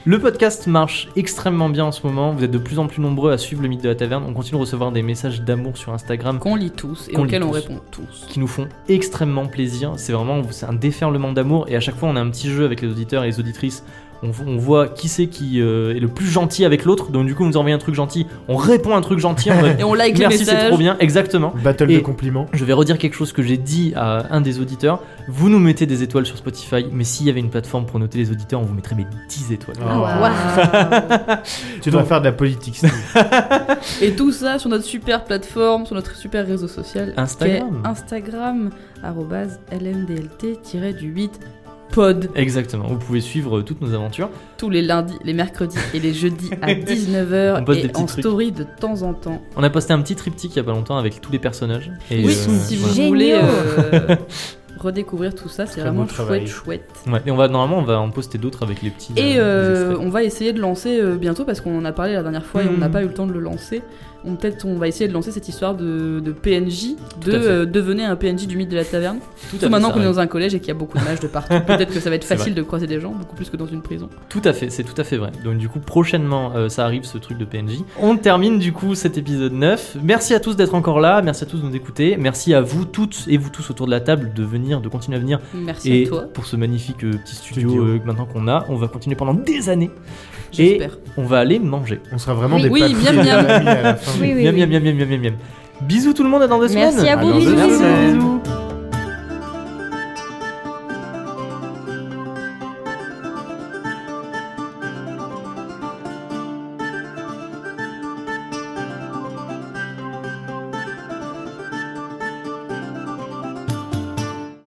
A: Le podcast marche extrêmement bien en ce moment. Vous êtes de plus en plus nombreux à suivre le mythe de la taverne. On continue de recevoir des messages d'amour sur Instagram
B: Qu'on lit tous et
A: Qu'on lit
B: auxquels on
A: tous.
B: répond tous.
A: qui nous font extrêmement plaisir. C'est vraiment c'est un déferlement d'amour et à chaque fois on a un petit jeu avec les auditeurs et les auditrices. On, on voit qui c'est qui euh, est le plus gentil avec l'autre. Donc du coup on nous envoie un truc gentil, on répond à un truc gentil. on va-
B: Et on like les
A: Merci,
B: messages.
A: c'est trop bien, exactement.
D: Battle
A: Et-
D: de compliments.
A: Je vais redire quelque chose que j'ai dit à un des auditeurs. Vous nous mettez des étoiles sur Spotify, mais s'il y avait une plateforme pour noter les auditeurs, on vous mettrait mes 10 étoiles.
B: Ah.
C: Ah,
D: Oh. Tu dois faire de la politique. Steve.
B: Et tout ça sur notre super plateforme, sur notre super réseau social. qui est
A: Instagram.
B: Instagram, arrobase lmdlt-du8 pod.
A: Exactement, vous pouvez suivre euh, toutes nos aventures.
B: Tous les lundis, les mercredis et les jeudis à
A: On poste
B: 19h
A: des
B: et
A: petits
B: en
A: trucs.
B: story de temps en temps.
A: On a posté un petit triptyque il y a pas longtemps avec tous les personnages. Et,
B: oui,
A: euh,
B: si vous
A: voilà.
C: Génial.
B: voulez euh, redécouvrir tout ça, c'est
D: Très beau
B: vraiment
D: travail.
B: chouette, chouette.
A: Ouais, et on va normalement on va en poster d'autres avec les petits. euh,
B: Et
A: les
B: euh,
A: extraits.
B: on va essayer de lancer euh, bientôt parce qu'on en a parlé la dernière fois et on n'a
A: Mhm.
B: pas eu le temps de le lancer. On peut-être on va essayer de lancer cette histoire de, de PNJ, de
A: à fait.
B: euh, devenez un PNJ du mythe de la taverne.
A: Tout à
B: Surtout
A: fait,
B: maintenant
A: ça
B: qu'on est
A: arrive.
B: dans un collège et qu'il y a beaucoup de mages de partout, peut-être que ça va être
A: C'est
B: facile de croiser des gens beaucoup plus que dans une prison.
A: Tout à fait, c'est tout à fait vrai. Donc du coup, prochainement, euh, ça arrive ce truc de PNJ. On termine du coup cet épisode 9. Merci à tous d'être encore là, merci à tous de nous écouter, merci à vous toutes et vous tous autour de la table de venir, de continuer à venir.
B: Merci
A: Et
B: à toi,
A: pour ce magnifique euh, petit studio,
D: Studio.
A: euh, maintenant qu'on a, on va continuer pendant des années. Et
B: j'espère.
A: on va aller manger.
D: On sera vraiment
C: Oui.
D: des
B: Oui,
D: papouilles
B: miam,
D: et
B: miam.
D: des mamies à la fin.
C: Oui, oui,
A: miam,
C: oui.
A: miam, miam, miam, miam, miam, miam. Bisous tout le monde, à dans deux
C: Merci
A: semaines.
C: à
D: À
C: vous,
D: dans deux
C: bisous.
D: semaines.
A: bisous.